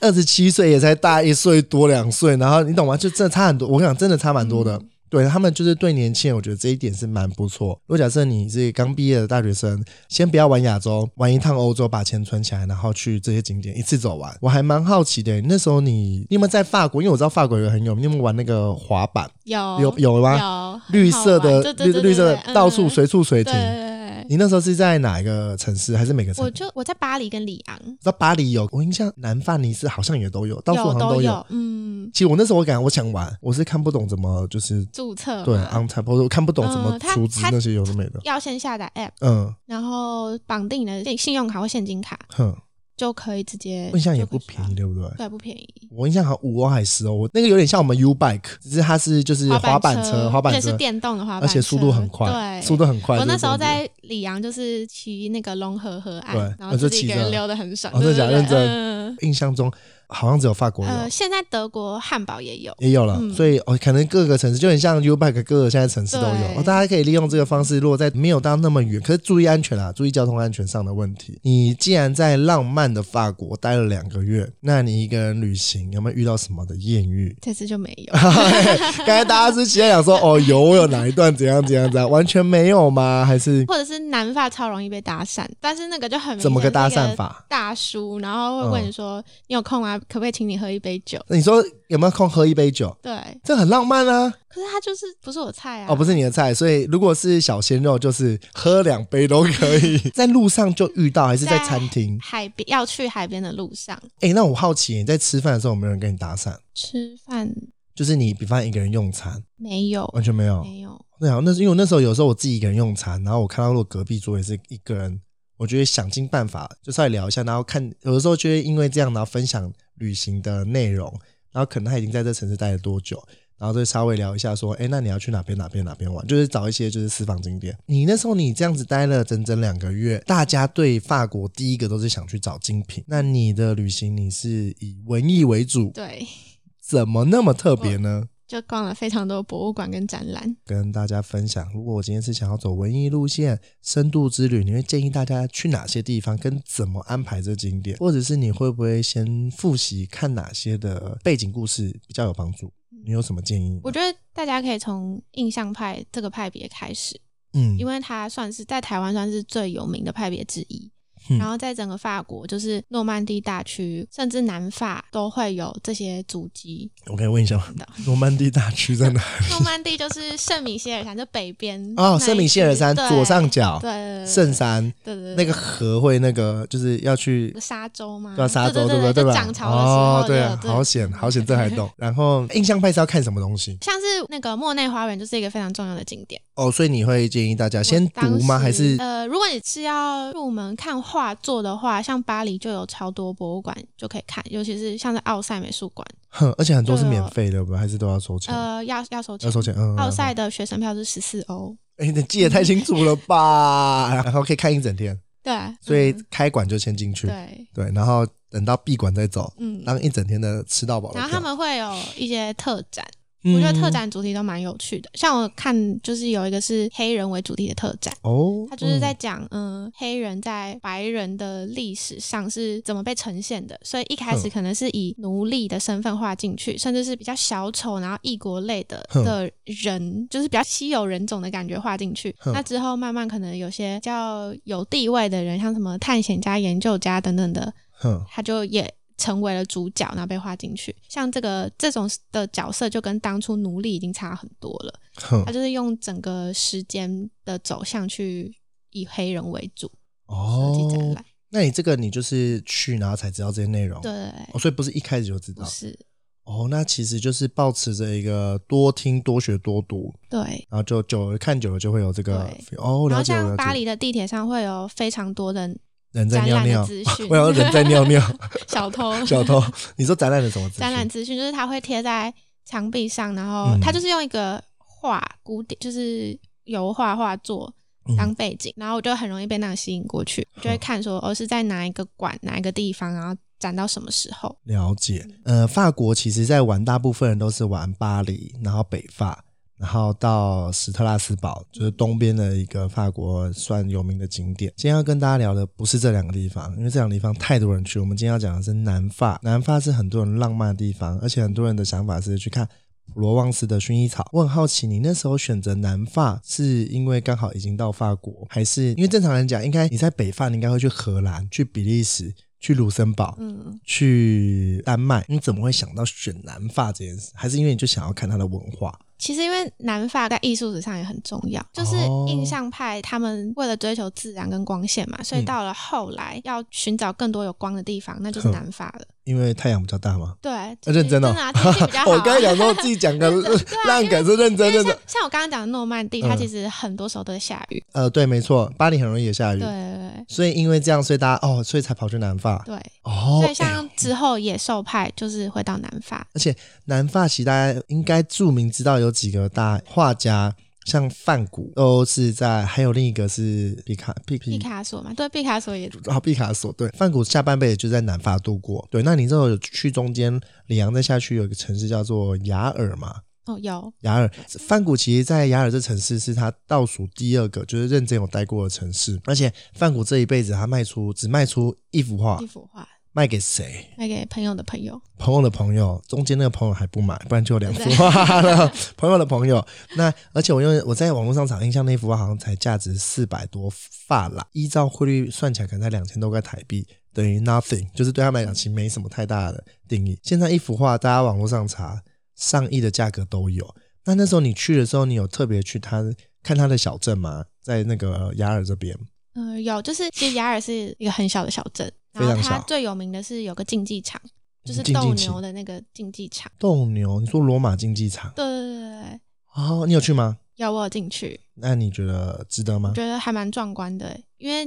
Speaker 2: 二十七岁也才大一岁多两岁，然后你懂吗？就真的差很多，我想真的差蛮多的。
Speaker 3: 嗯
Speaker 2: 对他们就是对年轻人，我觉得这一点是蛮不错。如果假设你是刚毕业的大学生，先不要玩亚洲，玩一趟欧洲，把钱存起来，然后去这些景点一次走完。我还蛮好奇的，那时候你你有没有在法国？因为我知道法国有个很有名，你有没有玩那个滑板？
Speaker 3: 有
Speaker 2: 有有吗？
Speaker 3: 哦有
Speaker 2: 绿色的绿绿色的到处。
Speaker 3: 很好玩对对对对对嗯
Speaker 2: 随处水
Speaker 3: 对
Speaker 2: 停。
Speaker 3: 对对对，
Speaker 2: 你那时候是在哪一个城市？还是每个城
Speaker 3: 我
Speaker 2: 市？
Speaker 3: 就我在巴黎跟里昂，
Speaker 2: 知道巴黎有，我印象南法尼斯好像也都有，到处好像
Speaker 3: 都
Speaker 2: 有。
Speaker 3: 有，嗯，
Speaker 2: 其实我那时候我感觉我想玩，我是看不懂怎么就是
Speaker 3: 注册
Speaker 2: 对
Speaker 3: 嘛
Speaker 2: on tap，我看不懂怎么
Speaker 3: 嗯它
Speaker 2: 储值
Speaker 3: 它
Speaker 2: 那些有的没的。
Speaker 3: 要先下载 app，
Speaker 2: 嗯
Speaker 3: 然后绑定你的信用卡或现金卡，
Speaker 2: 哼，
Speaker 3: 就可以直接。
Speaker 2: 印象也不便宜，
Speaker 3: 宜，
Speaker 2: 对不对？
Speaker 3: 对，不便宜。
Speaker 2: 我印象好像五欧还是十欧，我那个有点像我们 U Bike，只是它是就是滑板车，滑
Speaker 3: 而
Speaker 2: 板
Speaker 3: 且是
Speaker 2: 车，
Speaker 3: 电动的滑
Speaker 2: 而
Speaker 3: 板车，
Speaker 2: 且速度很快，
Speaker 3: 对，
Speaker 2: 速度很快。
Speaker 3: 我
Speaker 2: 就
Speaker 3: 那
Speaker 2: 是
Speaker 3: 时候
Speaker 2: 这样子
Speaker 3: 在里昂，就是骑那个龙河
Speaker 2: 对
Speaker 3: 河岸，然
Speaker 2: 啊
Speaker 3: 后
Speaker 2: 就
Speaker 3: 自己一
Speaker 2: 骑
Speaker 3: 个
Speaker 2: 着
Speaker 3: 人溜得很爽。
Speaker 2: 哦真
Speaker 3: 对
Speaker 2: 的假的
Speaker 3: 对
Speaker 2: 认真
Speaker 3: 嗯
Speaker 2: 印象中好像只有法国有。
Speaker 3: 呃，现在德国汉堡也有，
Speaker 2: 也有了，
Speaker 3: 嗯
Speaker 2: 所以哦，可能各个城市就很像 U Bike，各个现在城市都有、
Speaker 3: 对？
Speaker 2: 哦，大家可以利用这个方式，如果在没有到那么远，可是注意安全啊，注意交通安全上的问题。你既然在浪漫的法国待了两个月，那你一个人旅行有没有遇到什么的艳遇
Speaker 3: 这次就没有。
Speaker 2: 刚才大家是期待想说，哦，有我有哪一段怎样怎样怎样，完全没有吗？还是
Speaker 3: 或者是南发超容易被搭讪，但是那个就很明显
Speaker 2: 怎么个搭
Speaker 3: 是一
Speaker 2: 讪法？嗯
Speaker 3: 大叔，然后会问你说、你有空啊，可不可以请你喝一杯酒？
Speaker 2: 那你说有没有空喝一杯酒？
Speaker 3: 对，
Speaker 2: 这很浪漫啊！
Speaker 3: 可是他就是不是我菜啊。
Speaker 2: 哦，不是你的菜，所以如果是小鲜肉，就是喝两杯都可 以。在路上就遇到，还是在
Speaker 3: 在
Speaker 2: 餐厅？
Speaker 3: 海边要去海边的路上
Speaker 2: 哎、那我好奇，你在吃饭的时候有没有人跟你搭讪？
Speaker 3: 吃饭
Speaker 2: 就是你，比方一个人用餐，
Speaker 3: 没有
Speaker 2: 完全没有。
Speaker 3: 没有，
Speaker 2: 对啊，那是因为我那时候有时候我自己一个人用餐，然后我看到如果隔壁桌也是一个人，我就会想尽办法就稍微聊一下，然后看有的时候就会因为这样，然后分享旅行的内容，然后可能他已经在这城市待了多久，然后就稍微聊一下说，哎，那你要去哪边哪边哪边玩，就是找一些就是私房景点。你那时候你这样子待了整整两个月，大家对法国第一个都是想去找精品，那你的旅行你是以文艺为主，
Speaker 3: 对，
Speaker 2: 怎么那么特
Speaker 3: 哦
Speaker 2: 别呢？
Speaker 3: 就逛了非常多博物馆跟展览。
Speaker 2: 跟大家分享，如果我今天是想要走文艺路线、深度之旅，你会建议大家去哪些地方，跟怎么安排这景点，或者是你会不会先复习看哪些的背景故事比较有帮助？你有什么建议吗？
Speaker 3: 我觉得大家可以从印象派这个派别开始，
Speaker 2: 嗯，
Speaker 3: 因为它算是在台湾算是最有名的派别之一。
Speaker 2: 嗯
Speaker 3: 然后在整个法国，就是诺曼底大区，甚至南法都会有这些足迹。
Speaker 2: 我可以问一下吗？罗曼蒂大区在哪里？
Speaker 3: 诺曼底就是圣米歇尔山，就北边
Speaker 2: 哦，
Speaker 3: 那一
Speaker 2: 圣米歇尔山
Speaker 3: 区
Speaker 2: 左上角，
Speaker 3: 对对对
Speaker 2: 圣山
Speaker 3: 对呃对
Speaker 2: 那
Speaker 3: 对
Speaker 2: 个河会那个就是要去
Speaker 3: 对沙洲嘛，
Speaker 2: 对啊，沙洲
Speaker 3: 对
Speaker 2: 不
Speaker 3: 对
Speaker 2: 对
Speaker 3: 就
Speaker 2: 吧？
Speaker 3: 涨潮的时候
Speaker 2: 哦，
Speaker 3: 就
Speaker 2: 对啊，
Speaker 3: 对
Speaker 2: 好险好险，这还 懂。然后印象派是要看什么东西？
Speaker 3: 像是那个莫内花园就是一个非常重要的景点。
Speaker 2: 哦，所以你会建议大家先读
Speaker 3: 当
Speaker 2: 吗？
Speaker 3: 时
Speaker 2: 还是
Speaker 3: 呃，如果你是要入门看画作的话，像巴黎就有超多博物馆就可以看，尤其是像是奥赛美术馆，
Speaker 2: 哼，而且很多是
Speaker 3: 对
Speaker 2: 免
Speaker 3: 哦
Speaker 2: 费的吧？还是都要收钱？
Speaker 3: 呃，要要收钱，
Speaker 2: 哦要收钱。嗯，嗯
Speaker 3: 奥，赛的学生票是十四欧，
Speaker 2: 哎、诶你记得太清楚了吧？然后可以看一整天，
Speaker 3: 对，
Speaker 2: 所以
Speaker 3: 嗯
Speaker 2: 开馆就先进去，
Speaker 3: 对，
Speaker 2: 对，然后等到闭馆再走，
Speaker 3: 嗯。
Speaker 2: 当一整天的吃到饱的票。
Speaker 3: 然后他们会有一些特展，
Speaker 2: 嗯，
Speaker 3: 我觉得特展主题都蛮有趣的。像我看，就是有一个是黑人为主题的特展，
Speaker 2: 哦，
Speaker 3: 它就是在
Speaker 2: 嗯
Speaker 3: 讲，嗯、黑人在白人的历史上是怎么被呈现的。所以一开始
Speaker 2: 哼
Speaker 3: 可能是以奴隶的身份划进去，甚至是比较小丑，然后异国类的
Speaker 2: 哼
Speaker 3: 的人，就是比较稀有人种的感觉划进去。
Speaker 2: 哼
Speaker 3: 那之后慢慢可能有些比较有地位的人，像什么探险家、研究家等等的，
Speaker 2: 哼，
Speaker 3: 他就也。成为了主角，然后被划进去。像这个这种的角色，就跟当初奴隶已经差很多了。他
Speaker 2: 哼，
Speaker 3: 就是用整个时间的走向去以黑人为主设计展
Speaker 2: 哦
Speaker 3: 览，，
Speaker 2: 那你这个你就是去，然后才知道这些内容，
Speaker 3: 对，
Speaker 2: 哦，所以不是一开始就知
Speaker 3: 不
Speaker 2: 道，
Speaker 3: 是
Speaker 2: 哦，那其实就是保持着一个多听、多学、多读，
Speaker 3: 对。
Speaker 2: 然后就久了看久了就会有这个哦，
Speaker 3: 然
Speaker 2: 了
Speaker 3: 后
Speaker 2: 解了
Speaker 3: 像
Speaker 2: 解。
Speaker 3: 巴黎的地铁上会有非常多的
Speaker 2: 人在
Speaker 3: 展
Speaker 2: 尿
Speaker 3: 览的
Speaker 2: 尿
Speaker 3: 资，讯，
Speaker 2: 我要人在尿尿，
Speaker 3: 小偷
Speaker 2: 小偷，你说展览的什么资
Speaker 3: 展览
Speaker 2: 讯？
Speaker 3: 资讯，就是它会贴在墙壁上，然后
Speaker 2: 嗯
Speaker 3: 它就是用一个画古典，就是油画画作
Speaker 2: 嗯
Speaker 3: 当背景，然后我就很容易被那个吸引过去，就会看说哦是在哪一个馆哪一个地方，然后展到什么时候。
Speaker 2: 了解，呃，法国其实在玩，大部分人都是玩巴黎，然后北法，然后到史特拉斯堡，就是东边的一个法国算有名的景点。今天要跟大家聊的不是这两个地方，因为这两个地方太多人去。我们今天要讲的是南法，南法是很多人浪漫的地方，而且很多人的想法是去看。普罗旺斯的薰衣草，我很好奇，你那时候选择南法是因为刚好已经到法国，还是因为正常人讲，应该你在北法，你应该会去荷兰、去比利时、去卢森堡，
Speaker 3: 嗯，
Speaker 2: 去丹麦，你怎么会想到选南法这件事？还是因为你就想要看它的文化？
Speaker 3: 其实因为南法在艺术史上也很重要，就是
Speaker 2: 哦
Speaker 3: 印象派他们为了追求自然跟光线嘛，所以
Speaker 2: 嗯
Speaker 3: 到了后来要寻找更多有光的地方，那就是
Speaker 2: 哼
Speaker 3: 南法了。
Speaker 2: 因为太阳比较大吗？
Speaker 3: 对，
Speaker 2: 啊认真哦，
Speaker 3: 真的啊天气比较好 啊
Speaker 2: 我刚才讲说自己 讲个烂梗是认真
Speaker 3: 因为
Speaker 2: 认
Speaker 3: 像
Speaker 2: 真。
Speaker 3: 像我刚刚讲的诺曼底，它
Speaker 2: 嗯
Speaker 3: 其实很多时候都在下雨。
Speaker 2: 呃，对，没错，巴黎很容易也下雨
Speaker 3: 对，对
Speaker 2: 所以因为这样，所以大家哦，所以才跑去南法。
Speaker 3: 对，
Speaker 2: 哦，
Speaker 3: 所以
Speaker 2: 哎
Speaker 3: 像之后野兽派就是会到南法，
Speaker 2: 而且南法其实大家应该著名知道有几个大画家，像梵谷都是在，还有另一个是毕卡毕毕
Speaker 3: 毕卡索嘛，对，毕卡索也
Speaker 2: 然后毕卡索对，梵谷下半辈子就在南法度过。对，那你知道有去中间里昂再下去有一个城市叫做雅尔嘛？
Speaker 3: 哦有，
Speaker 2: 雅尔，梵谷其实，在雅尔这城市是他倒数第二个，就是认真有待过的城市。而且梵谷这一辈子，他卖出只卖出一幅画
Speaker 3: 一，幅画
Speaker 2: 卖给谁？
Speaker 3: 卖给朋友的朋友，
Speaker 2: 朋友的朋友，中间那个朋友还不买，不然就有两幅画了。 朋友的朋友，那而且我用我在网络上找印象，那幅画好像才价值四百多法郎，依照汇率算起来可能才两千多块台币，等于 nothing，就是对他们来讲其实没什么太大的定义。现在一幅画，大家网络上查上亿的价格都有。那那时候你去的时候，你有特别去他看他的小镇吗？在那个雅尔这边，
Speaker 3: 嗯、有，就是其实雅尔是一个很小的小镇，
Speaker 2: 非
Speaker 3: 然后
Speaker 2: 常
Speaker 3: 它
Speaker 2: 小
Speaker 3: 最有名的是有个竞技场，就是
Speaker 2: 竞技
Speaker 3: 斗
Speaker 2: 场
Speaker 3: 牛的那个竞技场，
Speaker 2: 斗牛，你说罗马竞技场
Speaker 3: 对对对对对，
Speaker 2: 哦，你有去吗？
Speaker 3: 有我有进去，
Speaker 2: 那你觉得值得吗
Speaker 3: 我？觉得还蛮壮观的，因为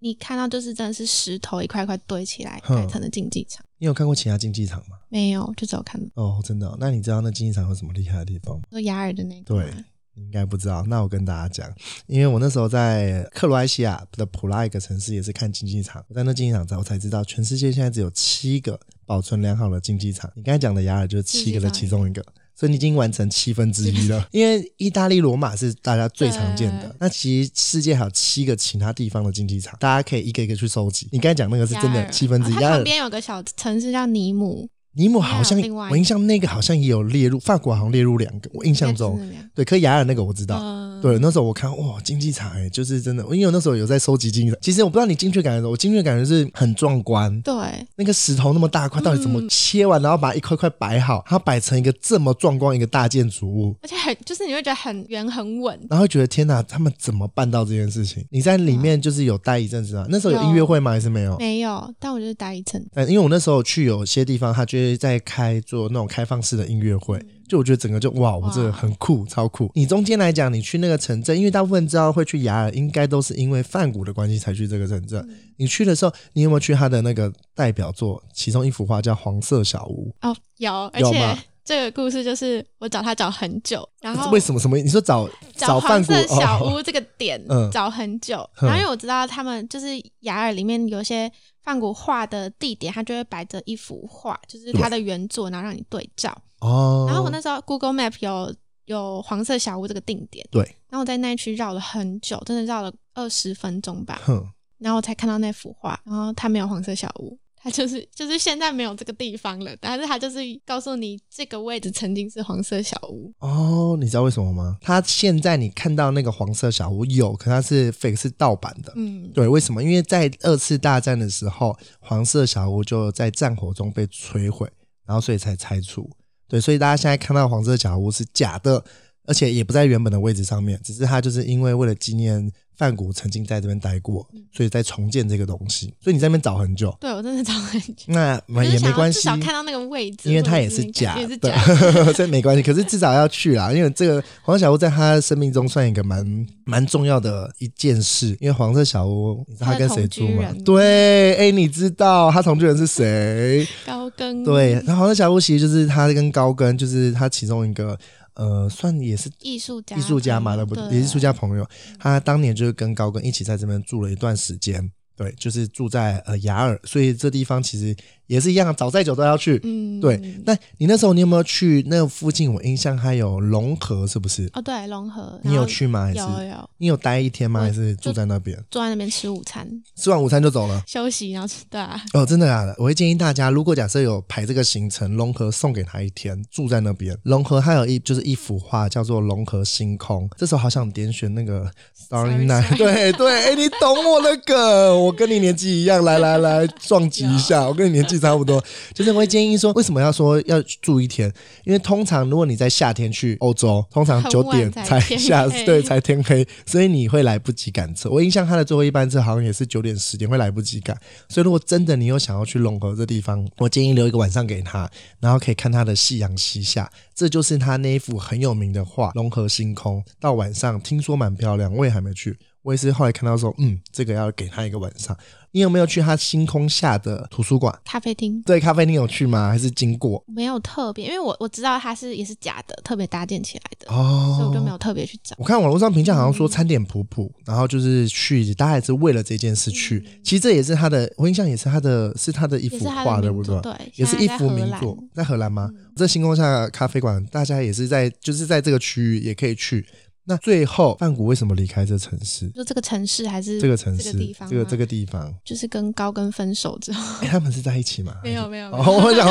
Speaker 3: 你看到就是真的是石头一块块堆起来
Speaker 2: 哼
Speaker 3: 盖成的竞技场，
Speaker 2: 你有看过其他竞技场吗？
Speaker 3: 没有，就只有看
Speaker 2: 哦，真的哦、那你知道那竞技场有什么厉害的地方吗？
Speaker 3: 说雅尔的那个
Speaker 2: 对
Speaker 3: 吗，
Speaker 2: 你应该不知道。那我跟大家讲，因为我那时候在克罗埃西亚的普拉一个城市也是看竞技场，我在那竞技场才我才知道，全世界现在只有七个保存良好的竞技场。你刚才讲的雅尔就是七个的其中一个。所以你已经完成七分之一了，因为意大利罗马是大家最常见的
Speaker 3: 对。
Speaker 2: 那其实世界还有七个其他地方的竞技场，大家可以一个一个去收集。你刚才讲那个是真
Speaker 3: 雅
Speaker 2: 的
Speaker 3: 尔
Speaker 2: 七分之一，
Speaker 3: 哦它
Speaker 2: 雅尔
Speaker 3: 旁边有个小城市叫尼姆，
Speaker 2: 尼姆好像
Speaker 3: 还有另外一个
Speaker 2: 我印象那个好像也有列入，法国好像列入两个，我印象
Speaker 3: 应
Speaker 2: 中
Speaker 3: 该是那样
Speaker 2: 对，可雅尔那个我知道。
Speaker 3: 嗯，
Speaker 2: 对，那时候我看哇，竞技场哎、就是真的，因为我那时候有在收集竞技场。其实我不知道你进去感觉，我进去感觉是很壮观，
Speaker 3: 对，
Speaker 2: 那个石头那么大
Speaker 3: 嗯
Speaker 2: 块，到底怎么切完，然后把一块块摆好，它摆成一个这么壮观一个大建筑物，
Speaker 3: 而且很就是你会觉得很圆很稳，
Speaker 2: 然后觉得天哪，他们怎么办到这件事情？你在里面就是有待一阵子啊，那时候有音乐会吗？还是没有？
Speaker 3: 没有，但我就是打一针，
Speaker 2: 但因为我那时候去有些地方，他就会在开做那种开放式的音乐
Speaker 3: 嗯
Speaker 2: 会，就我觉得整个就哇，我这个很酷，超酷。你中间来讲，你去那个城镇，因为大部分知道会去雅尔，应该都是因为梵谷的关系才去这个城镇。
Speaker 3: 嗯
Speaker 2: 你去的时候，你有没有去他的那个代表作？其中一幅画叫《黄色小屋
Speaker 3: 哦，有，而
Speaker 2: 有
Speaker 3: 且
Speaker 2: 吗
Speaker 3: 这个故事就是我找他找很久，然》，后
Speaker 2: 为什么什么？你说找
Speaker 3: 找
Speaker 2: 梵
Speaker 3: 黄
Speaker 2: 谷
Speaker 3: 色小
Speaker 2: 哦，
Speaker 3: 屋这个点、
Speaker 2: 嗯
Speaker 3: 找很久，
Speaker 2: 嗯
Speaker 3: 然后因为我知道他们就是雅尔里面有些梵谷画的地点，它就会摆着一幅画，就是它的原作，然后让你对照。
Speaker 2: 哦
Speaker 3: 然后我那时候 Google Map 有有黄色小屋这个定点，
Speaker 2: 对，
Speaker 3: 然后我在那一区绕了很久，真的绕了二十分钟吧，
Speaker 2: 哼，
Speaker 3: 然后我才看到那幅画，然后它没有黄色小屋，它就是就是现在没有这个地方了，但是它就是告诉你这个位置曾经是黄色小屋，
Speaker 2: 哦，你知道为什么吗？他现在你看到那个黄色小屋有，可它是 fake 是盗版的，
Speaker 3: 嗯，
Speaker 2: 对，为什么？因为在二次大战的时候，黄色小屋就在战火中被摧毁，然后所以才拆除。对，所以大家现在看到黄色小屋是假的，而且也不在原本的位置上面，只是它就是因为为了纪念范谷曾经在这边待过，
Speaker 3: 嗯
Speaker 2: 所以在重建这个东西。所以你在那边找很久，
Speaker 3: 对我真的找很久，
Speaker 2: 那
Speaker 3: 我就
Speaker 2: 也
Speaker 3: 是
Speaker 2: 没
Speaker 3: 想要
Speaker 2: 关
Speaker 3: 至
Speaker 2: 系，
Speaker 3: 少看到那个位置，
Speaker 2: 因为它
Speaker 3: 或
Speaker 2: 也
Speaker 3: 者
Speaker 2: 是
Speaker 3: 那个
Speaker 2: 假
Speaker 3: 也是假的。
Speaker 2: 的，所以没关系。可是至少要去啦，因为这个黄色小屋在他生命中算一个蛮蛮重要的一件事。因为黄色小屋，你知道他跟谁住吗
Speaker 3: 他的同居人？
Speaker 2: 对，哎、你知道他同居人是谁？
Speaker 3: 高跟
Speaker 2: 对，那黄色小屋其实就是他跟高跟，就是他其中一个呃，算也是
Speaker 3: 艺术家
Speaker 2: 艺术家嘛，
Speaker 3: 嗯
Speaker 2: 那不
Speaker 3: 对
Speaker 2: 也是艺术家朋友，他当年就是跟高更一起在这边住了一段时间，对，就是住在呃雅尔，所以这地方其实也是一样，早再久都要去。
Speaker 3: 嗯
Speaker 2: 对，那你那时候你有没有去那附近？我印象还有龙河，是不是？
Speaker 3: 哦对融合，
Speaker 2: 你
Speaker 3: 然
Speaker 2: 有
Speaker 3: 后
Speaker 2: 去吗？还是
Speaker 3: 有有
Speaker 2: 你有待一天吗？
Speaker 3: 我
Speaker 2: 还是住
Speaker 3: 就
Speaker 2: 在那边？
Speaker 3: 坐在那边吃午餐
Speaker 2: 吃完午餐就走了？
Speaker 3: 休息，然后吃对啊，
Speaker 2: 哦，真的啊！我会建议大家，如果假设有排这个行程，龙河送给他一天，住在那边。龙河还有一就是一幅画叫做《龙河星空》，这时候好想点选那个 Starry
Speaker 3: Starry
Speaker 2: Night，
Speaker 3: Night
Speaker 2: 对对，哎，你懂我那个，我跟你年纪一样，来来来，撞击一下，我跟你年纪差不多。就是我会建议说，为什么要说要住一天？因为通常如果你在夏天去欧洲，通常
Speaker 3: 很
Speaker 2: 九
Speaker 3: 晚
Speaker 2: 点才
Speaker 3: 才天
Speaker 2: 下，
Speaker 3: 黑
Speaker 2: 对，才天黑，所以你会来不及赶车。我印象他的最后一班车好像也是九点十点会来不及赶，所以如果真的你有想要去龙河这地方，我建议留一个晚上给他，然后可以看他的夕阳西下，这就是他那一幅很有名的画《龙河星空》。到晚上听说蛮漂亮，我也还没去。我也是后来看到说，嗯，这个要给他一个晚上。你有没有去他星空下的图书馆？
Speaker 3: 咖啡厅
Speaker 2: 对，咖啡厅有去吗？还是经过？
Speaker 3: 没有特别，因为我我知道它是也是假的，特别搭建起来的，
Speaker 2: 哦，
Speaker 3: 所以我就没有特别去找。
Speaker 2: 我看网络上评价好像
Speaker 3: 嗯
Speaker 2: 说餐点普普，然后就是去，大家也是为了这件事去。其实这也是他的，我印象也是他的，是他的一
Speaker 3: 嗯也
Speaker 2: 幅
Speaker 3: 是它的
Speaker 2: 画，对不
Speaker 3: 名
Speaker 2: 对
Speaker 3: 作？对，
Speaker 2: 也是一
Speaker 3: 现在在
Speaker 2: 幅
Speaker 3: 荷
Speaker 2: 名
Speaker 3: 兰嗯
Speaker 2: 作，在荷兰吗？这星空下咖啡馆，大家也是在，就是在这个区域也可以去。那最后，范谷为什么离开这城市？
Speaker 3: 就这个城市还是
Speaker 2: 这个城
Speaker 3: 这
Speaker 2: 市，
Speaker 3: 个地方吗，啊
Speaker 2: 这个这个地方，
Speaker 3: 就是跟高跟分手之后，
Speaker 2: 哎，他们是在一起吗？
Speaker 3: 没有没有没有
Speaker 2: 哦，我想，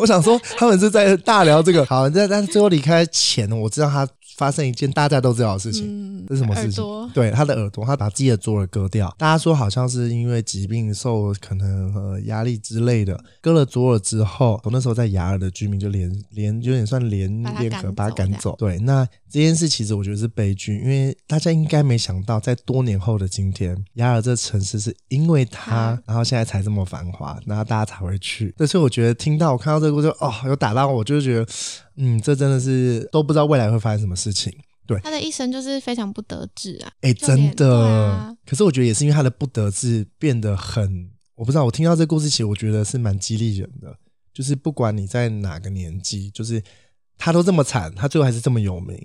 Speaker 2: 我 想说，他们是在大聊这个。好，但但最后离开前，我知道他发生一件大家都知道的事情，
Speaker 3: 嗯
Speaker 2: 这是什么事
Speaker 3: 耳
Speaker 2: 情？
Speaker 3: 朵
Speaker 2: 对，他的耳朵，他把自己的左耳割掉。大家说好像是因为疾病受可能呃压力之类的，割了左耳之后，从那时候在雅尔的居民就连连有点算连
Speaker 3: 把他
Speaker 2: 联
Speaker 3: 赶
Speaker 2: 合把他
Speaker 3: 走
Speaker 2: 赶
Speaker 3: 这样
Speaker 2: 走。对，那这件事其实我觉得是悲剧，因为大家应该没想到，在多年后的今天，雅尔这城市是因为他
Speaker 3: 啊，
Speaker 2: 然后现在才这么繁华，然后大家才会去。对，所以我觉得听到我看到这个故事，哦，有打到我，就是觉得，嗯，这真的是都不知道未来会发生什么事情。
Speaker 3: 他的一生就是非常不得志啊，
Speaker 2: 哎、
Speaker 3: 就
Speaker 2: 真
Speaker 3: 连
Speaker 2: 的、
Speaker 3: 对啊
Speaker 2: 可是我觉得也是因为他的不得志变得很，我不知道。我听到这故事，其实我觉得是蛮激励人的。就是不管你在哪个年纪，就是他都这么惨，他最后还是这么有名。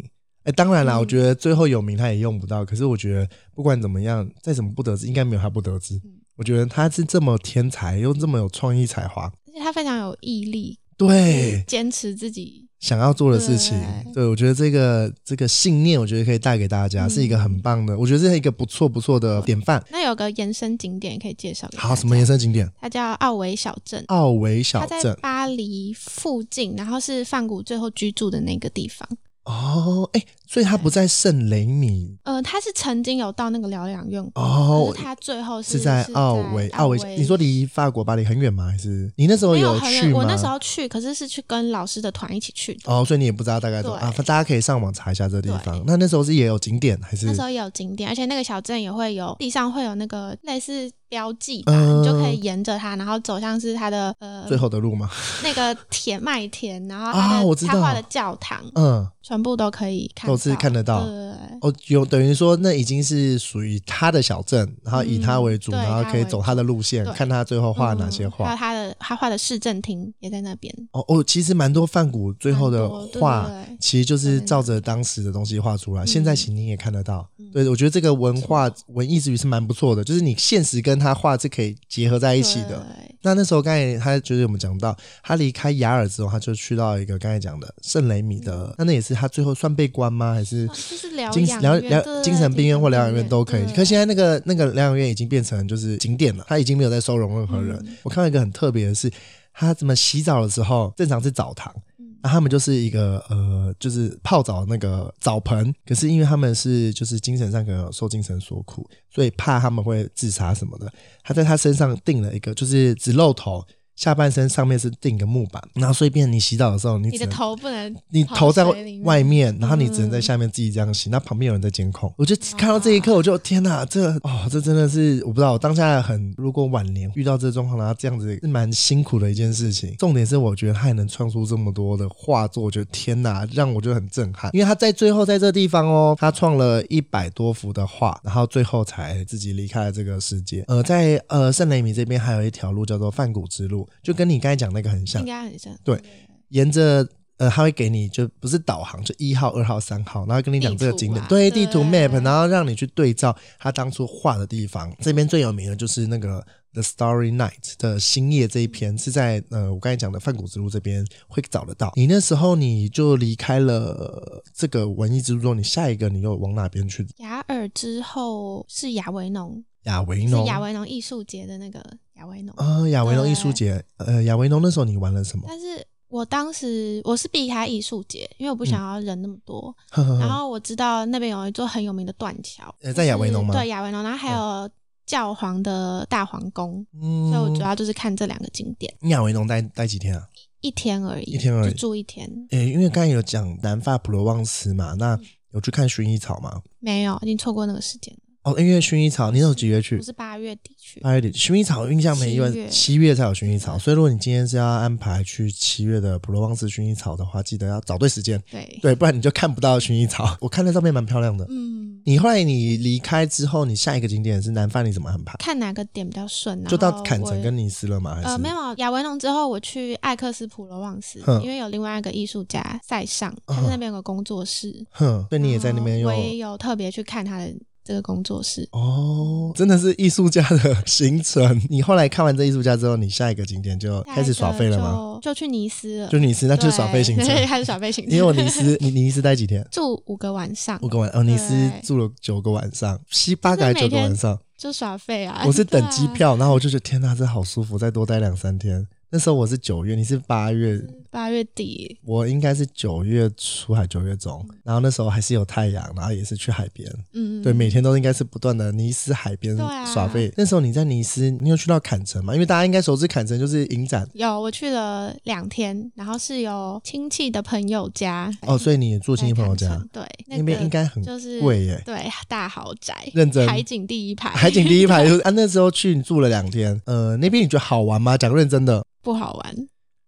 Speaker 2: 哎、当然啦，
Speaker 3: 嗯
Speaker 2: 我觉得最后有名他也用不到。可是我觉得不管怎么样，再怎么不得志，应该没有他不得志。
Speaker 3: 嗯
Speaker 2: 我觉得他是这么天才，又这么有创意才华，
Speaker 3: 而且他非常有毅力，
Speaker 2: 对，
Speaker 3: 坚持自己，
Speaker 2: 想要做的事情。对，我觉得这个这个信念，我觉得可以带给大家，
Speaker 3: 嗯
Speaker 2: 是一个很棒的，我觉得是一个不错不错的典范。
Speaker 3: 那有个延伸景点可以介绍给大
Speaker 2: 好，
Speaker 3: 家
Speaker 2: 什么延？伸景点？
Speaker 3: 它叫奥维小镇，
Speaker 2: 奥维小
Speaker 3: 它在
Speaker 2: 镇
Speaker 3: 巴黎附近，然后是范谷最后居住的那个地方。
Speaker 2: 哦，哎、所以它不在圣雷米
Speaker 3: 呃，他是曾经有到那个疗养院过，
Speaker 2: 哦
Speaker 3: 可是他最后
Speaker 2: 是
Speaker 3: 是
Speaker 2: 在奥维
Speaker 3: 维
Speaker 2: 奥维，你说离法国巴黎很远吗？还是你那时候
Speaker 3: 没有很
Speaker 2: 去
Speaker 3: 远，
Speaker 2: 吗？
Speaker 3: 我那时候去，可是是去跟老师的团一起去的。
Speaker 2: 哦，所以你也不知道大概怎么
Speaker 3: 对
Speaker 2: 啊？大家可以上网查一下这地方
Speaker 3: 对。
Speaker 2: 那那时候是也有景点还是
Speaker 3: 那？时候也有景点，而且那个小镇也会有地上会有那个类似标记吧，
Speaker 2: 嗯
Speaker 3: 你就可以沿着它，然后走向是它的呃
Speaker 2: 最后的路吗？
Speaker 3: 那个田麦田，然后
Speaker 2: 啊
Speaker 3: 它的、
Speaker 2: 我知道
Speaker 3: 他画的教堂，
Speaker 2: 嗯，
Speaker 3: 全部都可以看到，
Speaker 2: 都是看得到
Speaker 3: 对对对
Speaker 2: 哦，有等于说那已经是属于他的小镇，然后以他为主，
Speaker 3: 嗯对
Speaker 2: 然后可以走他的路线，
Speaker 3: 他为主
Speaker 2: 看他最后画哪些
Speaker 3: 嗯还有
Speaker 2: 画。
Speaker 3: 他的他画的市政厅也在那边，
Speaker 2: 哦哦，其实蛮多范谷最后的
Speaker 3: 蛮多对
Speaker 2: 画
Speaker 3: 对对
Speaker 2: 其实就是照着当时的东西画出来，现
Speaker 3: 嗯
Speaker 2: 在其实你也看得到。对，我觉得这个文化文艺之余是蛮不错的，就是你现实跟他画是可以结合在一起的。
Speaker 3: 对
Speaker 2: 那那时候刚才他就是我们讲到，他离开雅尔之后，他就去到一个刚才讲的圣雷米的，那那也是他最后算被关吗？还是
Speaker 3: 哇嗯哦就是疗
Speaker 2: 精
Speaker 3: 养
Speaker 2: 疗
Speaker 3: 院
Speaker 2: 疗
Speaker 3: 对
Speaker 2: 精神病院或疗养院都可以。
Speaker 3: 对嗯
Speaker 2: 可现在那个那个疗养院已经变成就是景点了，它已经没有在收容任何人。
Speaker 3: 嗯
Speaker 2: 我看到一个很特别的是，他怎么洗澡的时候，正常是澡堂。
Speaker 3: 嗯
Speaker 2: 那他们就是一个呃，就是泡澡的那个澡盆，可是因为他们是就是精神上可能有受精神所苦，所以怕他们会自杀什么的。他在他身上钉了一个，就是只露头，下半身上面是定个木板，然后所以变成你洗澡的时候，你
Speaker 3: 你
Speaker 2: 只
Speaker 3: 的
Speaker 2: 能
Speaker 3: 头不能
Speaker 2: 你
Speaker 3: 跑
Speaker 2: 头在
Speaker 3: 水里面嗯
Speaker 2: 外面，然后你只能在下面自己这样洗，那旁边有人在监
Speaker 3: 哦
Speaker 2: 控。我就看到这一刻，我就天哪，这哦，这真的是我不知道，我当下很，如果晚年遇到这个状况，然后这样子是蛮辛苦的一件事情。重点是我觉得他还能创出这么多的画作，我觉得天哪，让我觉得很震撼。因为他在最后在这地方哦，他创了一百多幅的画，然后最后才自己离开了这个世界。呃，在呃圣雷米这边还有一条路叫做梵谷之路，就跟你刚才讲那个很像
Speaker 3: 应。该很深。
Speaker 2: 对沿着呃，他会给你就不是导航，就一号、二号、三号，然后跟你讲这个景
Speaker 3: 地
Speaker 2: 点，
Speaker 3: 图啊
Speaker 2: 对地图
Speaker 3: 对
Speaker 2: map，然后让你去对照他当初画的地方。这边最有名的就是那
Speaker 3: 嗯
Speaker 2: 个。The Starry Night 的星夜这一篇是在呃我刚才讲的梵谷之路这边会找得到。你那时候你就离开了这个文艺之路之后，你下一个你又往哪边去？
Speaker 3: 雅尔之后是亚维农，
Speaker 2: 亚维
Speaker 3: 是
Speaker 2: 农，
Speaker 3: 亚维农艺术节的那个亚维农。
Speaker 2: 啊，亚维农艺术节，呃，亚维农那时候你玩了什么？
Speaker 3: 但是我当时我是避开艺术节，因为我不想要人那么多。然后我知道那边有一座很有名的断桥，
Speaker 2: 呃嗯 在亚维农吗
Speaker 3: 嗯对，亚维农，然后还有教皇的大皇宫，
Speaker 2: 嗯
Speaker 3: 所以我主要就是看这两个景点，
Speaker 2: 你亚维农待待几天啊？
Speaker 3: 一天而已，
Speaker 2: 一天而已
Speaker 3: 就住一天，
Speaker 2: 诶、因为刚才有讲南法普罗旺斯嘛，那有去看薰衣草吗？
Speaker 3: 没有，已经错过那个时间了。
Speaker 2: 哦，因为薰衣草，你有几月去
Speaker 3: 我？是八月底去，
Speaker 2: 八月底，薰衣草印象没意外
Speaker 3: 七，月
Speaker 2: 七月才有薰衣草，所以如果你今天是要安排去七月的普罗旺斯薰衣草的话，记得要找对时间，
Speaker 3: 对，
Speaker 2: 对，不然你就看不到薰衣草。我看那照片蛮漂亮的。
Speaker 3: 嗯，
Speaker 2: 你后来你离开之后，你下一个景点是南法，你怎么安排？
Speaker 3: 看哪个点比较顺，然后
Speaker 2: 就到坎城
Speaker 3: 我
Speaker 2: 跟尼斯了吗？还是
Speaker 3: 呃，没有亚维农之后，我去艾克斯普罗旺斯
Speaker 2: 哼，
Speaker 3: 因为有另外一个艺术家塞尚，他在那边有个工作室，
Speaker 2: 哼，嗯所以你也在那边
Speaker 3: 然
Speaker 2: 又
Speaker 3: 后嗯我也有特别去看他的这个工作室。
Speaker 2: 哦，真的是艺术家的行程。你后来看完这艺术家之后，你下一个景点就开始耍废了吗？
Speaker 3: 就？就去尼斯了，
Speaker 2: 就尼斯，那就是耍废行程。
Speaker 3: 对开始耍废行程。
Speaker 2: 因为我尼斯，你你尼斯待几天？
Speaker 3: 住五个晚上
Speaker 2: 五，个晚，哦，尼斯
Speaker 3: 对
Speaker 2: 住了九个晚上，七八个
Speaker 3: 那
Speaker 2: 还
Speaker 3: 每
Speaker 2: 是九个
Speaker 3: 天
Speaker 2: 晚上。
Speaker 3: 就耍废啊。
Speaker 2: 我是等
Speaker 3: 对啊
Speaker 2: 机，票，然后我就觉得天呐，这好舒服，再多待两三天。那时候我是九月，你是八月，
Speaker 3: 八月底，
Speaker 2: 我应该是九月初还九月中，然后那时候还是有太阳，然后也是去海边，
Speaker 3: 嗯，
Speaker 2: 对，每天都应该是不断的尼斯海边
Speaker 3: 对啊
Speaker 2: 耍废。那时候你在尼斯，你有去到坎城吗？因为大家应该熟知坎城就是影展
Speaker 3: 有我去了两天，然后是有亲戚的朋友家，
Speaker 2: 哦，所以你也住
Speaker 3: 我
Speaker 2: 亲戚朋友家，
Speaker 3: 对，
Speaker 2: 那边应该很
Speaker 3: 就是
Speaker 2: 贵耶
Speaker 3: 对，大豪宅，
Speaker 2: 认真
Speaker 3: 海景第一排，
Speaker 2: 海景第一排就是啊，那时候去你住了两天，呃，那边你觉得好玩吗？讲认真的，
Speaker 3: 不好玩。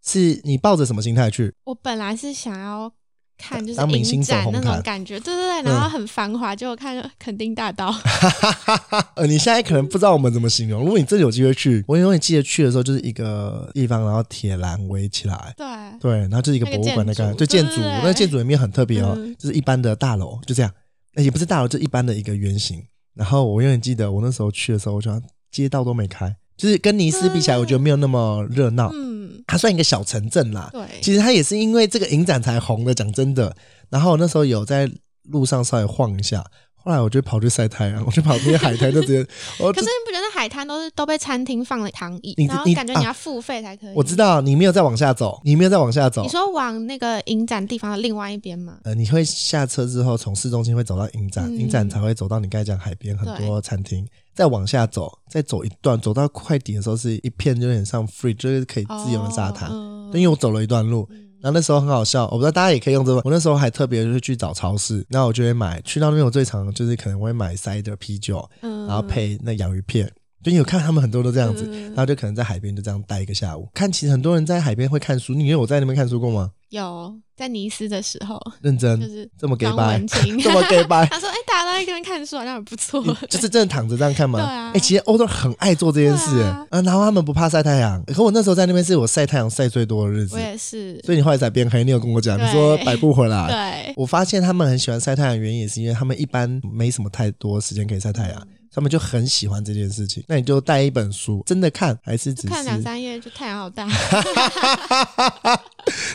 Speaker 2: 是你抱着什么心态去？
Speaker 3: 我本来是想要看就是
Speaker 2: 当明星
Speaker 3: 影
Speaker 2: 走
Speaker 3: 展
Speaker 2: 红
Speaker 3: 那
Speaker 2: 毯嗯
Speaker 3: 种感觉，对对对，然后很繁华，结果看垦丁大 道，
Speaker 2: 呃，你现在可能不知道我们怎么形容。如果你真的有机会去，我永远记得去的时候就是一个地方，然后铁栏围起来，
Speaker 3: 对，啊
Speaker 2: 对，然后就是一个
Speaker 3: 那个
Speaker 2: 博物馆的
Speaker 3: 建
Speaker 2: 感觉，就
Speaker 3: 筑
Speaker 2: 建筑。
Speaker 3: 对对对
Speaker 2: 那建筑里面很特别哦，
Speaker 3: 嗯
Speaker 2: 就是一般的大楼，就这样，呃也不是大楼，就一般的一个圆形。然后我永远记得我那时候去的时候，我就好像街道都没开，就是跟尼斯比起来，
Speaker 3: 嗯
Speaker 2: 我觉得没有那么热闹。
Speaker 3: 嗯，
Speaker 2: 它算一个小城镇啦，
Speaker 3: 对，
Speaker 2: 其实它也是因为这个影展才红的，讲真的。然后我那时候有在路上稍微晃一下，后来我就跑去晒太阳，我就跑去海滩，就直 接，我
Speaker 3: 可
Speaker 2: 就是
Speaker 3: 你不觉得海滩都是都被餐厅放了躺椅
Speaker 2: 你，
Speaker 3: 然后
Speaker 2: 你
Speaker 3: 感觉
Speaker 2: 啊
Speaker 3: 你要付费才可以？
Speaker 2: 我知道你没有再往下走，你没有再往下走
Speaker 3: 你，说往那个影展地方的另外一边吗？
Speaker 2: 呃，你会下车之后从市中心会走到影展，
Speaker 3: 嗯
Speaker 2: 影展才会走到你刚才讲海边很多餐厅，再往下走，再走一段，走到快底的时候是一片有点像 free，就是可以自由的沙滩。
Speaker 3: 哦嗯
Speaker 2: 因为我走了一段路，然后那时候很好笑，我不知道大家也可以用这个。我那时候还特别就是去找超市，然后我就会买，去到那边我最常就是可能会买塞的啤酒，
Speaker 3: 嗯，
Speaker 2: 然后配那洋芋片。就你有看他们很多都这样子，
Speaker 3: 嗯
Speaker 2: 然后就可能在海边就这样待一个下午。看，其实很多人在海边会看书，你有我在那边看书过吗？
Speaker 3: 有在尼斯的时候，
Speaker 2: 认真，
Speaker 3: 就是
Speaker 2: 这么给
Speaker 3: 装
Speaker 2: 白
Speaker 3: 文，
Speaker 2: 嗯
Speaker 3: 青，
Speaker 2: 这么 给白，
Speaker 3: 他说：“哎、大家都在这边看书，好像很不错。
Speaker 2: 嗯就是真的躺着这样看吗？
Speaker 3: 对啊
Speaker 2: 欸其实欧洲很爱做这件事、
Speaker 3: 对
Speaker 2: 欸，
Speaker 3: 啊
Speaker 2: 然后他们不怕晒太阳。可我那时候在那边是我晒太阳晒最多的日”子
Speaker 3: 我，也是，
Speaker 2: 所以你后来才变黑。你有跟我讲，你
Speaker 3: 对
Speaker 2: 说百步回来，
Speaker 3: 对，
Speaker 2: 我发现他们很喜欢晒太阳，原因也是因为他们一般没什么太多时间可以晒太阳，他们就很喜欢这件事情。那你就带一本书，真的看还是只是
Speaker 3: 看两三页就太阳好大，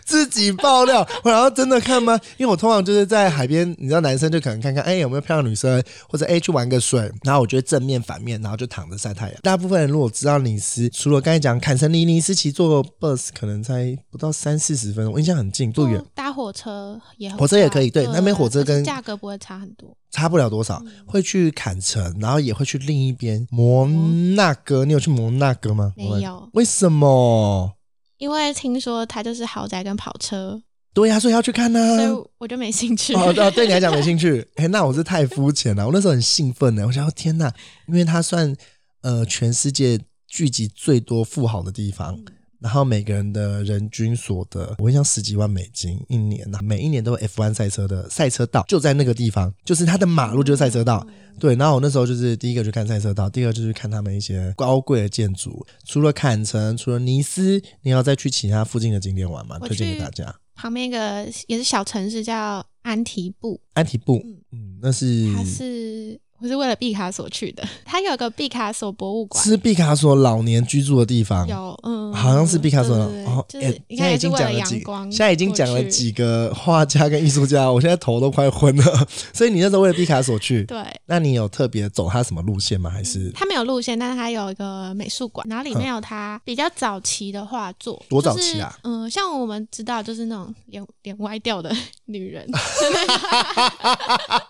Speaker 2: 自己爆料，我然后真的看吗？因为我通常就是在海边，你知道，男生就可能看看，哎、有没有漂亮女生，或者哎、去玩个水，然后我觉得正面反面，然后就躺着晒太阳。大部分人如果知道尼斯，除了刚才讲坎城离尼斯，其实坐 bus 可能才不到三四十分钟，我印象很近，不远。
Speaker 3: 搭搭火车也很
Speaker 2: 火车也可以
Speaker 3: 快
Speaker 2: 对那边火车
Speaker 3: 而且
Speaker 2: 跟
Speaker 3: 价格不会差很多。
Speaker 2: 差不了多少，
Speaker 3: 嗯
Speaker 2: 会去坎城，然后也会去另一边摩纳哥。你有去摩纳哥吗？
Speaker 3: 没
Speaker 2: 摩纳
Speaker 3: 有
Speaker 2: 为什么？
Speaker 3: 因为听说它就是豪宅跟跑车，
Speaker 2: 对呀、所以要去看呢、啊
Speaker 3: 所以我就没兴趣。
Speaker 2: 嗯 哦，哦对你来讲没兴 趣，哎、那我是太肤浅了。我那时候很兴奋呢，我想说天哪，因为它算呃全世界聚集最多富豪的地
Speaker 3: 嗯
Speaker 2: 方，然后每个人的人均所得，我印象十几万美金一年呐、每一年都有 F1 赛车的赛车道，就在那个地方，就是它的马路就是赛车
Speaker 3: 哦
Speaker 2: 道。对，然后我那时候就是第一个去看赛车道，第二个就是看他们一些高贵的建筑。除了坎城，除了尼斯，你要再去其他附近的景点玩吗？
Speaker 3: 我
Speaker 2: 推荐给
Speaker 3: 去
Speaker 2: 大家。
Speaker 3: 旁边一个也是小城市叫安提布，
Speaker 2: 安提布，嗯，那是
Speaker 3: 它是我是为了毕卡索去的，它有个毕卡索博物馆。
Speaker 2: 是毕卡索老年居住的地方，
Speaker 3: 有，嗯，
Speaker 2: 好像是毕卡索
Speaker 3: 对
Speaker 2: 老。
Speaker 3: 对对
Speaker 2: 哦，
Speaker 3: 就
Speaker 2: 哎
Speaker 3: 是你
Speaker 2: 现
Speaker 3: 看
Speaker 2: 在
Speaker 3: 也
Speaker 2: 已
Speaker 3: 是
Speaker 2: 经
Speaker 3: 为
Speaker 2: 讲
Speaker 3: 了
Speaker 2: 了几
Speaker 3: 阳
Speaker 2: 个，
Speaker 3: 光，
Speaker 2: 现在已经讲了几，个画家跟艺术家，我现在头都快昏了。 所以你那时候为了毕卡索去，
Speaker 3: 对，
Speaker 2: 那你有特别走他什么路线吗？还是
Speaker 3: 它没有路线，但是它有一个美术馆，然后里面有它比较早期的画作，
Speaker 2: 嗯多早期啊
Speaker 3: 就是嗯、像我们知道就是那种脸 脸歪掉的女人，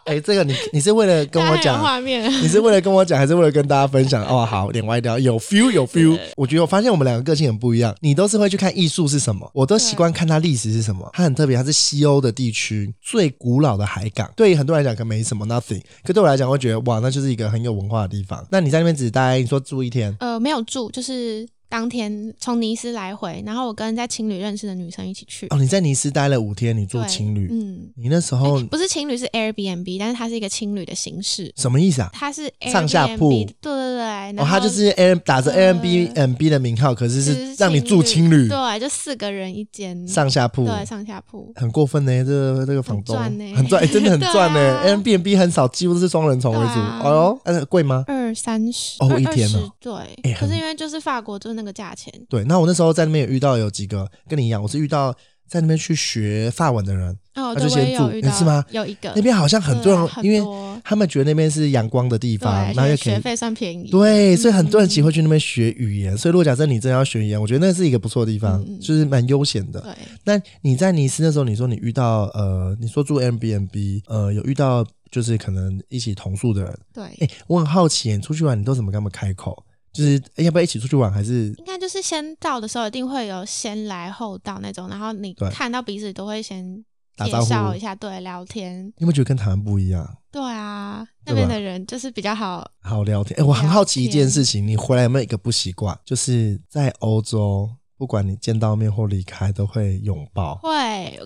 Speaker 2: 哎、这个你你是为了 跟我
Speaker 3: 大家还有
Speaker 2: 讲？
Speaker 3: 画面，
Speaker 2: 你是为了跟我讲，还是为了跟大家分享？哦，好，脸歪掉，有 feel，有 feel。我觉得我发现我们两个个性很不一样，你都是会去看艺术是什么，我都习惯看它历史是什么。它很特别，它是西欧的地区最古老的海港，对于很多人来讲可能没什么 nothing，可对我来讲，我会觉得哇，那就是一个很有文化的地方。那你在那边只待，你说住一天，
Speaker 3: 呃，没有住，就是当天从尼斯来回，然后我跟在情侣认识的女生一起去，
Speaker 2: 哦，你在尼斯待了五天，你住
Speaker 3: 对
Speaker 2: 情侣，
Speaker 3: 嗯，
Speaker 2: 你那时候
Speaker 3: 不是情侣是 Airbnb，但是它是一个情侣的形式，
Speaker 2: 什么意思啊？
Speaker 3: 它是 Airbnb,
Speaker 2: 上下铺
Speaker 3: 对对对，然后
Speaker 2: 哦，
Speaker 3: 嗯
Speaker 2: 他就是 A 打着 A M B M B 的名号，可是
Speaker 3: 就是
Speaker 2: 让你住情侣
Speaker 3: 对，就四个人一间，
Speaker 2: 上下铺，
Speaker 3: 对上下铺，
Speaker 2: 很过分呢、这个这个房东
Speaker 3: 很赚呢
Speaker 2: 很赚、欸真的很赚呢、 a
Speaker 3: 对
Speaker 2: i
Speaker 3: 啊
Speaker 2: r b n b 很少，几乎都是双人床为主。
Speaker 3: 对啊
Speaker 2: 哦哟，但是贵吗？
Speaker 3: 二三十
Speaker 2: 哦
Speaker 3: 二
Speaker 2: 一天
Speaker 3: 二十
Speaker 2: 哦
Speaker 3: 对、
Speaker 2: 哎
Speaker 3: 可
Speaker 2: 很
Speaker 3: 是因为就是法国就是那个价钱，
Speaker 2: 对，那我那时候在那边也遇到有几个跟你一样，我是遇到在那边去学法文的人，
Speaker 3: 哦，
Speaker 2: 那
Speaker 3: 对，
Speaker 2: 就
Speaker 3: 我也
Speaker 2: 先
Speaker 3: 有
Speaker 2: 住
Speaker 3: 遇到，
Speaker 2: 是吗
Speaker 3: 有一个
Speaker 2: 那边好像很多人，因为
Speaker 3: 为
Speaker 2: 他们觉得那边是阳光的地方，
Speaker 3: 啊
Speaker 2: 然
Speaker 3: 对，
Speaker 2: 后
Speaker 3: 而
Speaker 2: 又可
Speaker 3: 且
Speaker 2: 以
Speaker 3: 学费嗯算便宜，
Speaker 2: 对，啊所以很多人其实会去那边学语言。所以如果假设你真的要学语言，我觉得那是一个不错的地方，
Speaker 3: 嗯嗯
Speaker 2: 就是蛮悠闲的。
Speaker 3: 对，
Speaker 2: 那你在尼斯那时候，你说你遇到呃，你说住 M B M B，呃，有遇到就是可能一起同宿的人，
Speaker 3: 对，
Speaker 2: 哎、我很好奇，你出去玩你都怎么跟他们开口？就是、诶要不要一起出去玩？还是
Speaker 3: 应该就是先到的时候一定会有先来后到那种，然后你
Speaker 2: 对
Speaker 3: 看到彼此都会先
Speaker 2: 打
Speaker 3: 介
Speaker 2: 招呼
Speaker 3: 绍一下，对，聊天，
Speaker 2: 你有没有觉得跟台湾不一样？
Speaker 3: 对啊，
Speaker 2: 对
Speaker 3: 那边
Speaker 2: 吧
Speaker 3: 的人就是比较好，
Speaker 2: 好聊天。哎、我很好奇一件事情，你回来有没有一个不习惯？就是在欧洲，不管你见到面或离开，都会拥抱。
Speaker 3: 会，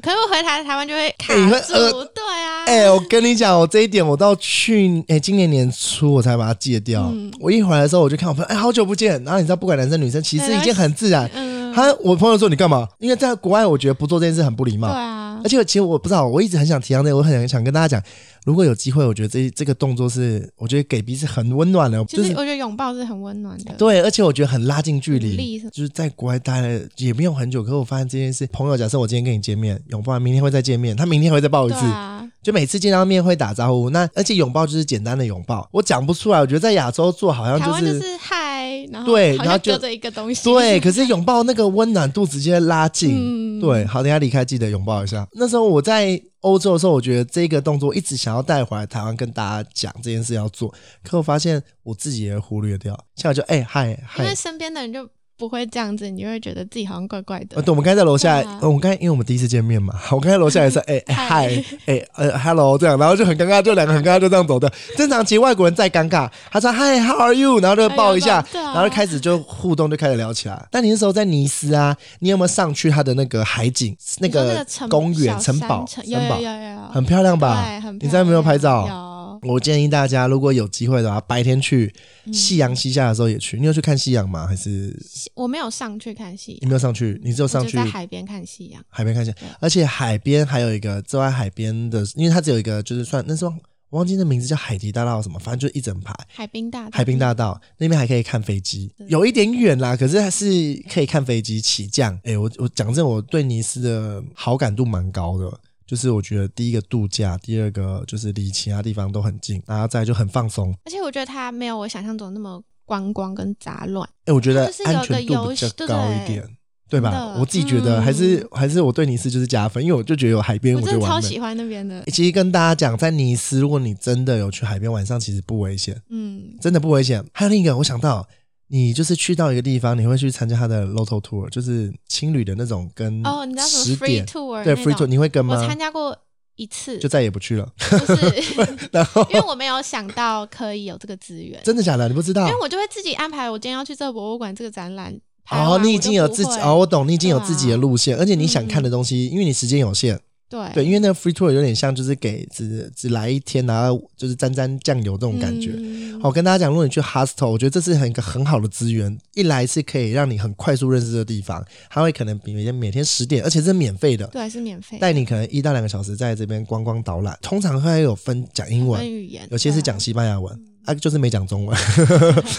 Speaker 3: 可是我回台台湾就会卡
Speaker 2: 你会
Speaker 3: 住，
Speaker 2: 呃
Speaker 3: 对啊，
Speaker 2: 哎、我跟你讲，我这一点我到去哎、今年年初我才把它戒掉。
Speaker 3: 嗯
Speaker 2: 我一回来的时候，我就看我朋友，哎、好久不见。然后你知道，不管男生女生，其实
Speaker 3: 对
Speaker 2: 已经很自然。
Speaker 3: 嗯，
Speaker 2: 他我朋友说你干嘛？因为在国外，我觉得不做这件事很不礼
Speaker 3: 对
Speaker 2: 貌。
Speaker 3: 啊
Speaker 2: 而，且其实我不知道，我一直很想提到那个，我很想跟大家讲，如果有机会，我觉得这这个动作是，我觉得给彼此很温暖的，就
Speaker 3: 就是
Speaker 2: 是
Speaker 3: 我觉得拥抱是很温暖的，
Speaker 2: 对，而且我觉得很拉近距
Speaker 3: 鼓励
Speaker 2: 离
Speaker 3: 什么，
Speaker 2: 就是在国外待了也没有很久，可是我发现这件事，朋友假设我今天跟你见面，拥抱完，明天会再见面，他明天还会再抱一
Speaker 3: 对
Speaker 2: 次，
Speaker 3: 啊，
Speaker 2: 就每次见到面会打招呼，那而且拥抱就是简单的拥抱，我讲不出来，我觉得在亚洲做好像
Speaker 3: 台湾
Speaker 2: 就
Speaker 3: 就是嗨，然后
Speaker 2: 对
Speaker 3: 好
Speaker 2: 然后
Speaker 3: 像
Speaker 2: 就
Speaker 3: 隔着一个东西，
Speaker 2: 对，可是拥抱那个温暖度直接拉近。
Speaker 3: 嗯
Speaker 2: 对，好，等一下离开记得拥抱一下。那时候我在欧洲的时候，我觉得这个动作一直想要带回来台湾跟大家讲这件事要做，可我发现我自己也忽略掉。现在就哎嗨
Speaker 3: 因
Speaker 2: 嗨
Speaker 3: 为，身边的人就不会这样子，你就会觉得自己好像怪怪的
Speaker 2: 呃，，对，我们刚才在楼下，
Speaker 3: 对啊
Speaker 2: 呃我们刚才因为我们第一次见面嘛，我刚才在楼下也是哎哎
Speaker 3: 嗨
Speaker 2: 嗨哎 呃 hello 这样，然后就很尴尬，就两个很尴尬就这样走的。正常其实外国人再尴尬，他说嗨 how are you，然后就抱一下，
Speaker 3: 哎呀
Speaker 2: 然后就开始就互动，就开始聊起来。但你那时候在尼斯啊，你有没有上去他的那个海景那
Speaker 3: 你说那
Speaker 2: 个
Speaker 3: 个城
Speaker 2: 公园
Speaker 3: 小
Speaker 2: 城
Speaker 3: 山
Speaker 2: 堡？
Speaker 3: 城
Speaker 2: 城
Speaker 3: 有有
Speaker 2: 堡
Speaker 3: 有有有，
Speaker 2: 很漂亮吧？
Speaker 3: 对，很
Speaker 2: 你在那边有没有拍
Speaker 3: 漂亮
Speaker 2: 照？
Speaker 3: 有，
Speaker 2: 我建议大家，如果有机会的话，白天去，
Speaker 3: 嗯
Speaker 2: 夕阳西下的时候也去。你有去看夕阳吗？还是
Speaker 3: 我没有上去看夕
Speaker 2: 你
Speaker 3: 阳，
Speaker 2: 没有上去？你只有
Speaker 3: 我
Speaker 2: 上
Speaker 3: 就
Speaker 2: 去
Speaker 3: 在海边看夕阳。
Speaker 2: 海边看一下，而且海边还有一个之外，海边的，因为它只有一个，就是算那时候我忘记那名字叫海堤大道什么，反正就一整排
Speaker 3: 海滨大道
Speaker 2: 海滨大
Speaker 3: 嗯
Speaker 2: 道那边还可以看飞机，有一点远啦，可是还是可以看飞机起降。哎、我我讲真，我对尼斯的好感度蛮高的。就是我觉得第一个度假，第二个就是离其他地方都很近，然后再来就很放松。
Speaker 3: 而且我觉得它没有我想象中那么观光跟杂乱，
Speaker 2: 哎、我觉得
Speaker 3: 它就是有
Speaker 2: 安
Speaker 3: 一
Speaker 2: 全度比较
Speaker 3: 个游戏对不
Speaker 2: 高
Speaker 3: 对
Speaker 2: 一点。对吧
Speaker 3: 的？嗯
Speaker 2: 我自己觉得还是、还是我对尼斯就是加分，因为我就觉得有海边
Speaker 3: 我
Speaker 2: 就
Speaker 3: 真的超
Speaker 2: 完美。
Speaker 3: 喜欢那边的
Speaker 2: 欸，其实跟大家讲，在尼斯，如果你真的有去海边，晚上其实不危险，
Speaker 3: 嗯，
Speaker 2: 真的不危险。还有另一个，我想到，你就是去到一个地方，你会去参加他的 Loto Tour，就是青旅的那种跟
Speaker 3: 哦，你知道什
Speaker 2: 嗯十
Speaker 3: 么
Speaker 2: 点
Speaker 3: free tour
Speaker 2: 对
Speaker 3: 那
Speaker 2: Free Tour，
Speaker 3: 种
Speaker 2: 你会跟
Speaker 3: 我
Speaker 2: 吗？
Speaker 3: 参加过一次，
Speaker 2: 就再也不去了。
Speaker 3: 就是
Speaker 2: 然后
Speaker 3: 因为我没有想到可以有这个资源，
Speaker 2: 真的假的？啊你不知道
Speaker 3: 因为？我就会自己安排，我今天要去这个博物馆、这个展览。拍
Speaker 2: 哦，
Speaker 3: 完
Speaker 2: 你已
Speaker 3: 我就
Speaker 2: 经有
Speaker 3: 不
Speaker 2: 自己
Speaker 3: 会
Speaker 2: 哦，我懂，你已经有自己的路线，而且你想
Speaker 3: 嗯
Speaker 2: 看的东西，因为你时间有限，
Speaker 3: 对
Speaker 2: 对，因为那个 free tour 有点像就是给只只来一天，然后就是沾沾酱油这种感觉。
Speaker 3: 嗯
Speaker 2: 好，我跟大家讲，如果你去 hostel，我觉得这是很一个很好的资源，一来是可以让你很快速认识的地方，它会可能比每天每天十点，而且是免费的，
Speaker 3: 对，是免费的，
Speaker 2: 带你可能一到两个小时在这边观光导览，通常会有分讲英文
Speaker 3: 分，语言，
Speaker 2: 有些是
Speaker 3: 对
Speaker 2: 讲西班牙文，啊，就是没讲中文，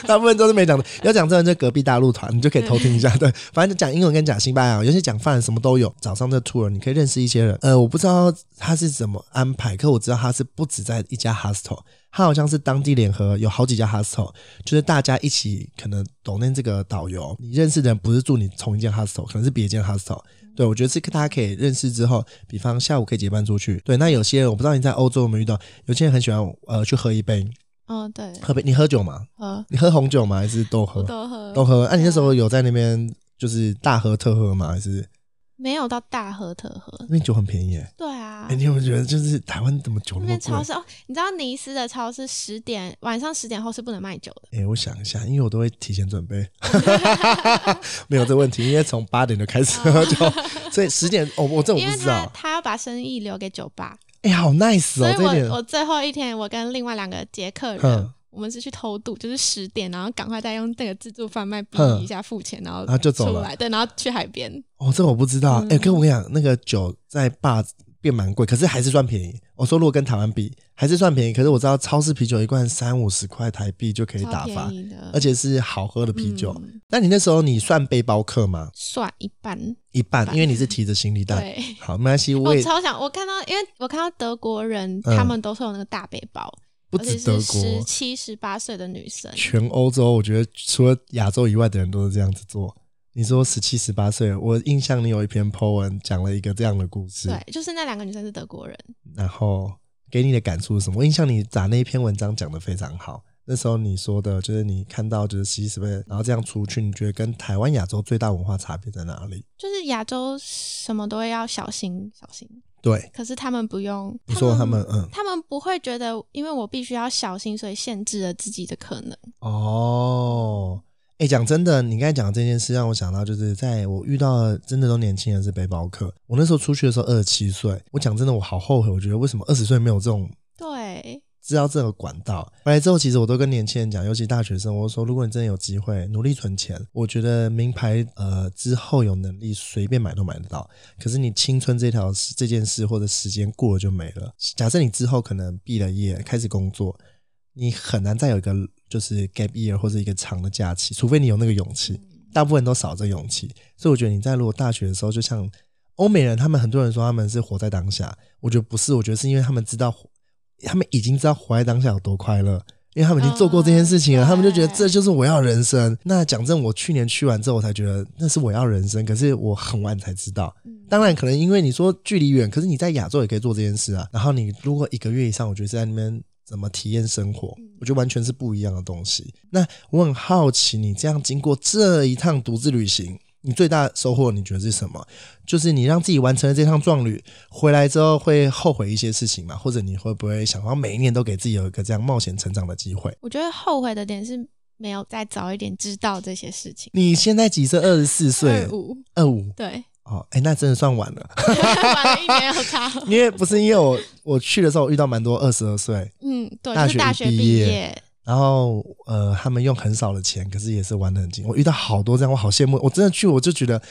Speaker 2: 大部分都是没讲的。要讲中文就隔壁大陆团，你就可以偷听一下。对，反正讲英文跟讲西班牙文，有些讲法文什么都有。早上这 tour 你可以认识一些人。呃，我不知道他是怎么安排，可我知道他是不止在一家 hostel，他好像是当地联合有好几家 hostel，就是大家一起可能懂那这个导游，你认识的人不是住你同一间 hostel，可能是别间 hostel。对，我觉得是大家可以认识之后，比方下午可以结伴出去。对，那有些人我不知道你在欧洲有没有遇到，有些人很喜欢呃去喝一杯，
Speaker 3: 哦，对，
Speaker 2: 喝杯你喝酒吗？
Speaker 3: 喝
Speaker 2: 你喝红酒吗？还是都喝？
Speaker 3: 都喝
Speaker 2: 嗯都喝。啊，你那时候有在那边就是大喝特喝吗？还是
Speaker 3: 没有到大喝特喝
Speaker 2: 那，边酒很便宜耶？
Speaker 3: 对啊
Speaker 2: 哎、，你有没有觉得就是台湾怎么酒
Speaker 3: 那
Speaker 2: 那么
Speaker 3: 边超
Speaker 2: 贵？
Speaker 3: 市哦，你知道尼斯的超市十点晚上十点后是不能卖酒的，
Speaker 2: 哎、我想一下，因为我都会提前准 备，没有这问题，因为从八点就开始喝酒，所以十点哦，我这我
Speaker 3: 因
Speaker 2: 不
Speaker 3: 为
Speaker 2: 知
Speaker 3: 他
Speaker 2: 道。
Speaker 3: 他要把生意留给酒吧，
Speaker 2: 哎、好 nice
Speaker 3: 所
Speaker 2: 哦
Speaker 3: 以，
Speaker 2: 这一点
Speaker 3: 我我最后一天我跟另外两个捷克
Speaker 2: 嗯
Speaker 3: 人。我们是去偷渡，就是十点，然后赶快再用那个自助贩卖比
Speaker 2: 嗯
Speaker 3: 一下付钱，然后
Speaker 2: 然后就走
Speaker 3: 出
Speaker 2: 了
Speaker 3: 来，对，然后去海边，
Speaker 2: 哦，这我不知道。哎、
Speaker 3: 嗯
Speaker 2: 跟我跟你讲，那个酒在坝变蛮贵，可是还是算便宜。我说如果跟台湾比，还是算便宜。可是我知道超市啤酒一罐三五十块台币就可以
Speaker 3: 超
Speaker 2: 打发
Speaker 3: 便，宜的，
Speaker 2: 而且是好喝的啤酒。
Speaker 3: 嗯
Speaker 2: 那你那时候你算背包客吗？
Speaker 3: 算一般，
Speaker 2: 一半，
Speaker 3: 一半
Speaker 2: 因为你是提着行李袋。
Speaker 3: 对。
Speaker 2: 好，没关系，我
Speaker 3: 我
Speaker 2: 也
Speaker 3: 超想，我看到，因为我看到德国人，
Speaker 2: 嗯
Speaker 3: 他们都是有那个大背包，
Speaker 2: 不
Speaker 3: 而
Speaker 2: 止
Speaker 3: 且
Speaker 2: 德
Speaker 3: 是十
Speaker 2: 国，
Speaker 3: 七、十八岁的女生，
Speaker 2: 全欧洲，我觉得除了亚洲以外的人都是这样子做。你说十七、十八岁，我印象里有一篇 po 文讲了一个这样的故事，
Speaker 3: 对，就是那两个女生是德国人，
Speaker 2: 然后给你的感触是什么？我印象你把那一篇文章讲得非常好。那时候你说的就是你看到就是十七十八，然后这样出去，你觉得跟台湾亚洲最大文化差别在哪里？
Speaker 3: 就是亚洲什么都要小心小心，
Speaker 2: 对，
Speaker 3: 可是他们不用，
Speaker 2: 你说他们嗯
Speaker 3: 他们不会觉得，因为我必须要小心，所以限制了自己的可能。
Speaker 2: 哦，哎，讲真的，你刚才讲的这件事让我想到，就是在我遇到的真的都年轻人是背包客。我那时候出去的时候二十七岁，我讲真的，我好后悔，我觉得为什么二十岁没有这种
Speaker 3: 对，
Speaker 2: 知道这个管道。回来之后，其实我都跟年轻人讲，尤其大学生，我说如果你真的有机会努力存钱，我觉得名牌呃之后有能力随便买都买得到。可是你青春这条这件事或者时间过了就没了。假设你之后可能毕了业开始工作，你很难再有一个就是 gap year 或者一个长的假期，除非你有那个勇气。大部分人都少这勇气，所以我觉得你在如果大学的时候，就像欧美人，他们很多人说他们是活在当下，我觉得不是，我觉得是因为他们知道活，他们已经知道活在当下有多快乐，因为他们已经做过这件事情了，
Speaker 3: 嗯
Speaker 2: 他们就觉得
Speaker 3: 对
Speaker 2: 这就是我要人生。那讲真，我去年去完之后，我才觉得那是我要人生，可是我很晚才知道。
Speaker 3: 嗯
Speaker 2: 当然，可能因为你说距离远，可是你在亚洲也可以做这件事啊。然后你如果一个月以上，我觉得是在那边怎么体验生活，
Speaker 3: 嗯
Speaker 2: 我觉得完全是不一样的东西。那我很好奇，你这样经过这一趟独自旅行，你最大的收获你觉得是什么？就是你让自己完成了这趟壮旅，回来之后会后悔一些事情吗？或者你会不会想要每一年都给自己有一个这样冒险成长的机会？
Speaker 3: 我觉得后悔的点是没有再早一点知道这些事情。
Speaker 2: 你现在几岁？二十四岁
Speaker 3: 二，五，
Speaker 2: 二五
Speaker 3: 对，
Speaker 2: 哦，哎、那真的算晚了。
Speaker 3: 玩了一年有差。
Speaker 2: 因为不是因为我我去的时候遇到蛮多二十二岁，
Speaker 3: 嗯，对，
Speaker 2: 大学
Speaker 3: 就是大
Speaker 2: 一
Speaker 3: 学
Speaker 2: 毕
Speaker 3: 毕
Speaker 2: 业
Speaker 3: 业，
Speaker 2: 然后呃，他们用很少的钱，可是也是玩的很精。我遇到好多这样，我好羡慕。我真的去，我就觉得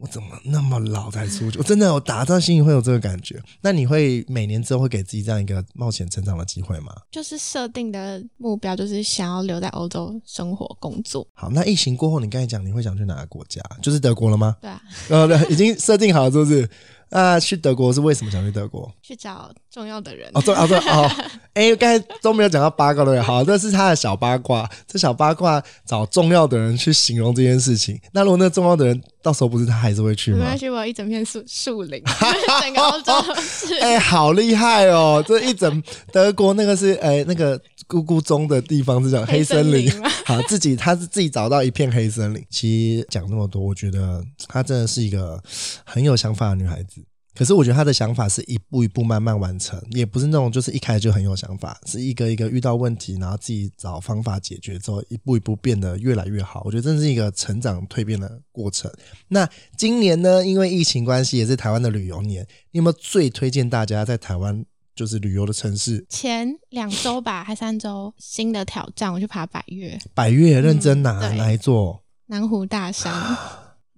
Speaker 2: 我怎么那么老才出去？我真的，我打到心里会有这个感觉。那你会每年之后会给自己这样一个冒险成长的机会吗？
Speaker 3: 就是设定的目标就是想要留在欧洲生活工作。
Speaker 2: 好，那疫情过后，你刚才讲你会想去哪个国家？就是德国了吗？
Speaker 3: 对啊，
Speaker 2: 呃，对已经设定好了是不是？那、去德国是为什么想去德国？
Speaker 3: 去找重要的人。
Speaker 2: 哦，对，哦对，哦，哎，刚才都没有讲到八卦对，好，这是他的小八卦。这小八卦找重要的人去形容这件事情。那如果那重要的人到时候不是他还是会去
Speaker 3: 没
Speaker 2: 吗
Speaker 3: 关？系，我有一整片树树林， 整个欧洲都是。
Speaker 2: 哎、好厉害哦！这一整德国那个是哎、那个咕咕钟的地方是叫黑
Speaker 3: 黑
Speaker 2: 森
Speaker 3: 森
Speaker 2: 林
Speaker 3: 林吗，
Speaker 2: 好，自己他是自己找到一片黑森林。其实讲那么多，我觉得她真的是一个很有想法的女孩子。可是我觉得她的想法是一步一步慢慢完成，也不是那种就是一开始就很有想法，是一个一个遇到问题，然后自己找方法解决之后，一步一步变得越来越好。我觉得这是一个成长蜕变的过程。那今年呢，因为疫情关系，也是台湾的旅游年，你有没有最推荐大家在台湾就是旅游的城市？
Speaker 3: 前两周吧，还三周，新的挑战，我去爬百越
Speaker 2: 百越认真拿、
Speaker 3: 对
Speaker 2: 哪一座？
Speaker 3: 南湖大山，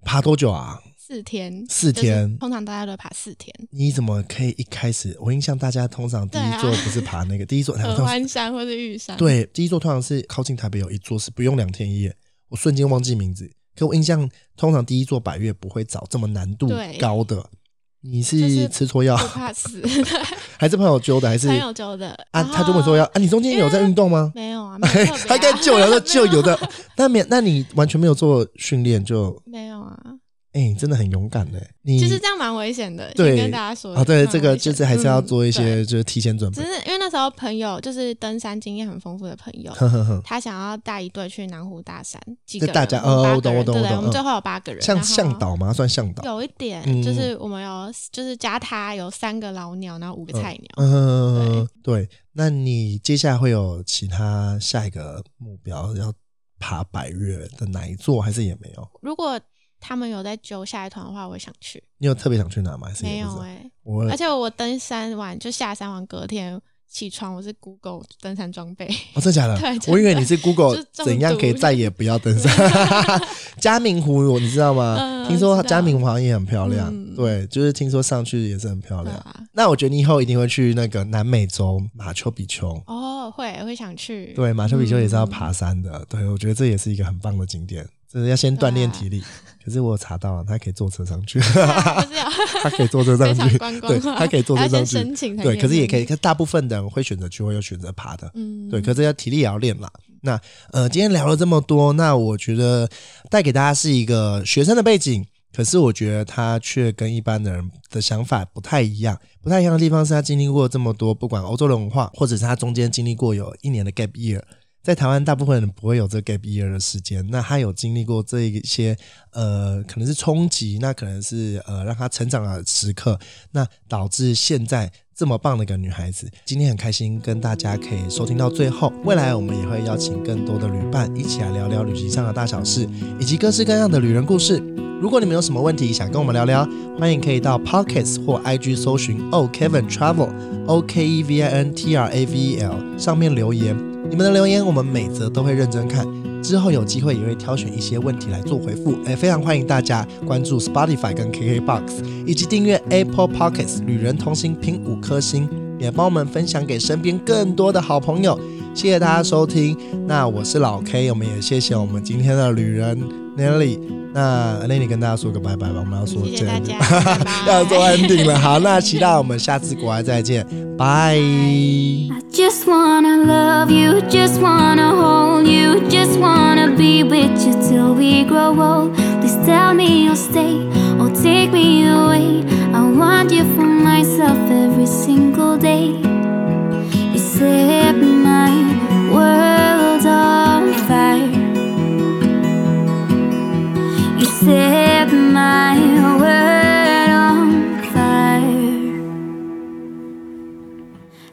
Speaker 2: 爬多久啊？
Speaker 3: 四天，
Speaker 2: 四天
Speaker 3: 就是通常大家都爬四天。
Speaker 2: 你怎么可以一开始？我印象大家通常第
Speaker 3: 对
Speaker 2: 一
Speaker 3: 啊
Speaker 2: 座不是爬那个，第一 座
Speaker 3: 合欢山或是玉山，，
Speaker 2: 对，第一座通常是靠近台北有一座是不用两天一夜，我瞬间忘记名字。可我印象通常第一座百越不会找这么难度
Speaker 3: 对
Speaker 2: 高的。你
Speaker 3: 就是
Speaker 2: 是吃错药、
Speaker 3: 不怕 死，对
Speaker 2: 还啊是朋友揪的？还是
Speaker 3: 朋友揪的
Speaker 2: 啊？
Speaker 3: 然后
Speaker 2: 他就问说要啊，你中间有在运动吗？
Speaker 3: 没有 啊，没有特别啊
Speaker 2: 他跟救 有的救有
Speaker 3: 没
Speaker 2: 的，但没那你完全没有做训练就
Speaker 3: 没有啊，
Speaker 2: 哎、你真的很勇敢嘞、你
Speaker 3: 其实这样蛮危险的，
Speaker 2: 嗯对
Speaker 3: 先跟大家说
Speaker 2: 啊，对
Speaker 3: 蛮
Speaker 2: 这个
Speaker 3: 危险
Speaker 2: 就
Speaker 3: 的
Speaker 2: 是还是要做一
Speaker 3: 嗯
Speaker 2: 些就是提前准
Speaker 3: 对只
Speaker 2: 备。
Speaker 3: 是因为那时候朋友就是登山经验很丰富的朋友，
Speaker 2: 呵呵呵，
Speaker 3: 他想要带一队去南湖大山，几个
Speaker 2: 就大家
Speaker 3: 人我们
Speaker 2: 哦
Speaker 3: 八
Speaker 2: 我懂
Speaker 3: 个
Speaker 2: 我
Speaker 3: 人
Speaker 2: 懂
Speaker 3: 对不对
Speaker 2: 我懂
Speaker 3: 我
Speaker 2: 嗯
Speaker 3: 们最后有八个人，
Speaker 2: 像
Speaker 3: 然后
Speaker 2: 向导吗？算向导？
Speaker 3: 有一点
Speaker 2: 嗯，
Speaker 3: 就是我们有就是加他有三个老鸟，然后五个菜鸟，
Speaker 2: 嗯，对。那你接下来会有其他下一个目标要爬百越的哪一座？还是也没有？
Speaker 3: 如果他们有在揪下一团的话，我想去。
Speaker 2: 你有特别想去哪吗？还是
Speaker 3: 没
Speaker 2: 也不知
Speaker 3: 有
Speaker 2: 道嗯
Speaker 3: 哎、
Speaker 2: 我
Speaker 3: 而且我登山完就下山完，隔天起床我是 Google 登山装备，
Speaker 2: 哦，真的假
Speaker 3: 对
Speaker 2: 的
Speaker 3: 真？的
Speaker 2: 我以为你是 Google
Speaker 3: 就是中毒
Speaker 2: 怎样可以再也不要登山。 嘉明湖，你知道吗？
Speaker 3: 嗯
Speaker 2: 听说
Speaker 3: 知道
Speaker 2: 嘉明湖好像也很漂亮，
Speaker 3: 嗯
Speaker 2: 对，就是听说上去也是很漂
Speaker 3: 对
Speaker 2: 亮。
Speaker 3: 啊，
Speaker 2: 那我觉得你以后一定会去那个南美洲马丘比丘。
Speaker 3: 哦，会会想去，
Speaker 2: 对，马丘比丘也是要
Speaker 3: 嗯
Speaker 2: 爬山的。对，我觉得这也是一个很棒的景点，就是要先锻炼
Speaker 3: 啊
Speaker 2: 体力。可是我有查到，它可以坐车上去，
Speaker 3: 对啊就是要
Speaker 2: 它可以坐车上
Speaker 3: 非
Speaker 2: 去，
Speaker 3: 常观光
Speaker 2: 对，
Speaker 3: 化
Speaker 2: 它可以坐车
Speaker 3: 还要
Speaker 2: 上
Speaker 3: 先
Speaker 2: 去。
Speaker 3: 申请才
Speaker 2: 对，可是也可以，
Speaker 3: 以，
Speaker 2: 可是大部分的人会选择去，会有选择爬的。
Speaker 3: 嗯，
Speaker 2: 对，可是要体力也要练啦。那呃，今天聊了这么多，那我觉得带给大家是一个学生的背景，可是我觉得他却跟一般的人的想法不太一样。不太一样的地方是他经历过这么多，不管欧洲的文化，或者是他中间经历过有一年的 gap year。在台湾，大部分人不会有这 gap year 的时间。那他有经历过这一些呃，可能是冲击，那可能是呃让他成长的时刻，那导致现在这么棒的一个女孩子。今天很开心跟大家可以收听到最后，未来我们也会邀请更多的旅伴一起来聊聊旅行上的大小事，以及各式各样的旅人故事。如果你们有什么问题想跟我们聊聊，欢迎可以到 Pockets 或 IG 搜寻 O Kevin Travel O K E V I N T R A V E L 上面留言。你们的留言我们每则都会认真看，之后有机会也会挑选一些问题来做回复。哎，非常欢迎大家关注 Spotify 跟 KKBox，以及订阅 Apple Pockets 旅人同行评五颗星，也帮我们分享给身边更多的好朋友。谢谢大家收听，那我是老 K，我们也谢谢我们今天的旅人 Nelly。那 Nelly 跟大家说个拜拜吧，我们要说
Speaker 3: 谢谢大
Speaker 2: 见，
Speaker 3: 家，拜拜
Speaker 2: 要做 ending 了。好，那期待我们下次国外再见，拜。
Speaker 4: I just wanna love you, just wanna hold you, just wanna be with you till we grow old. Please tell me you'll stay or take me away. I want you for myself every single day. You set my world on fire. You set my world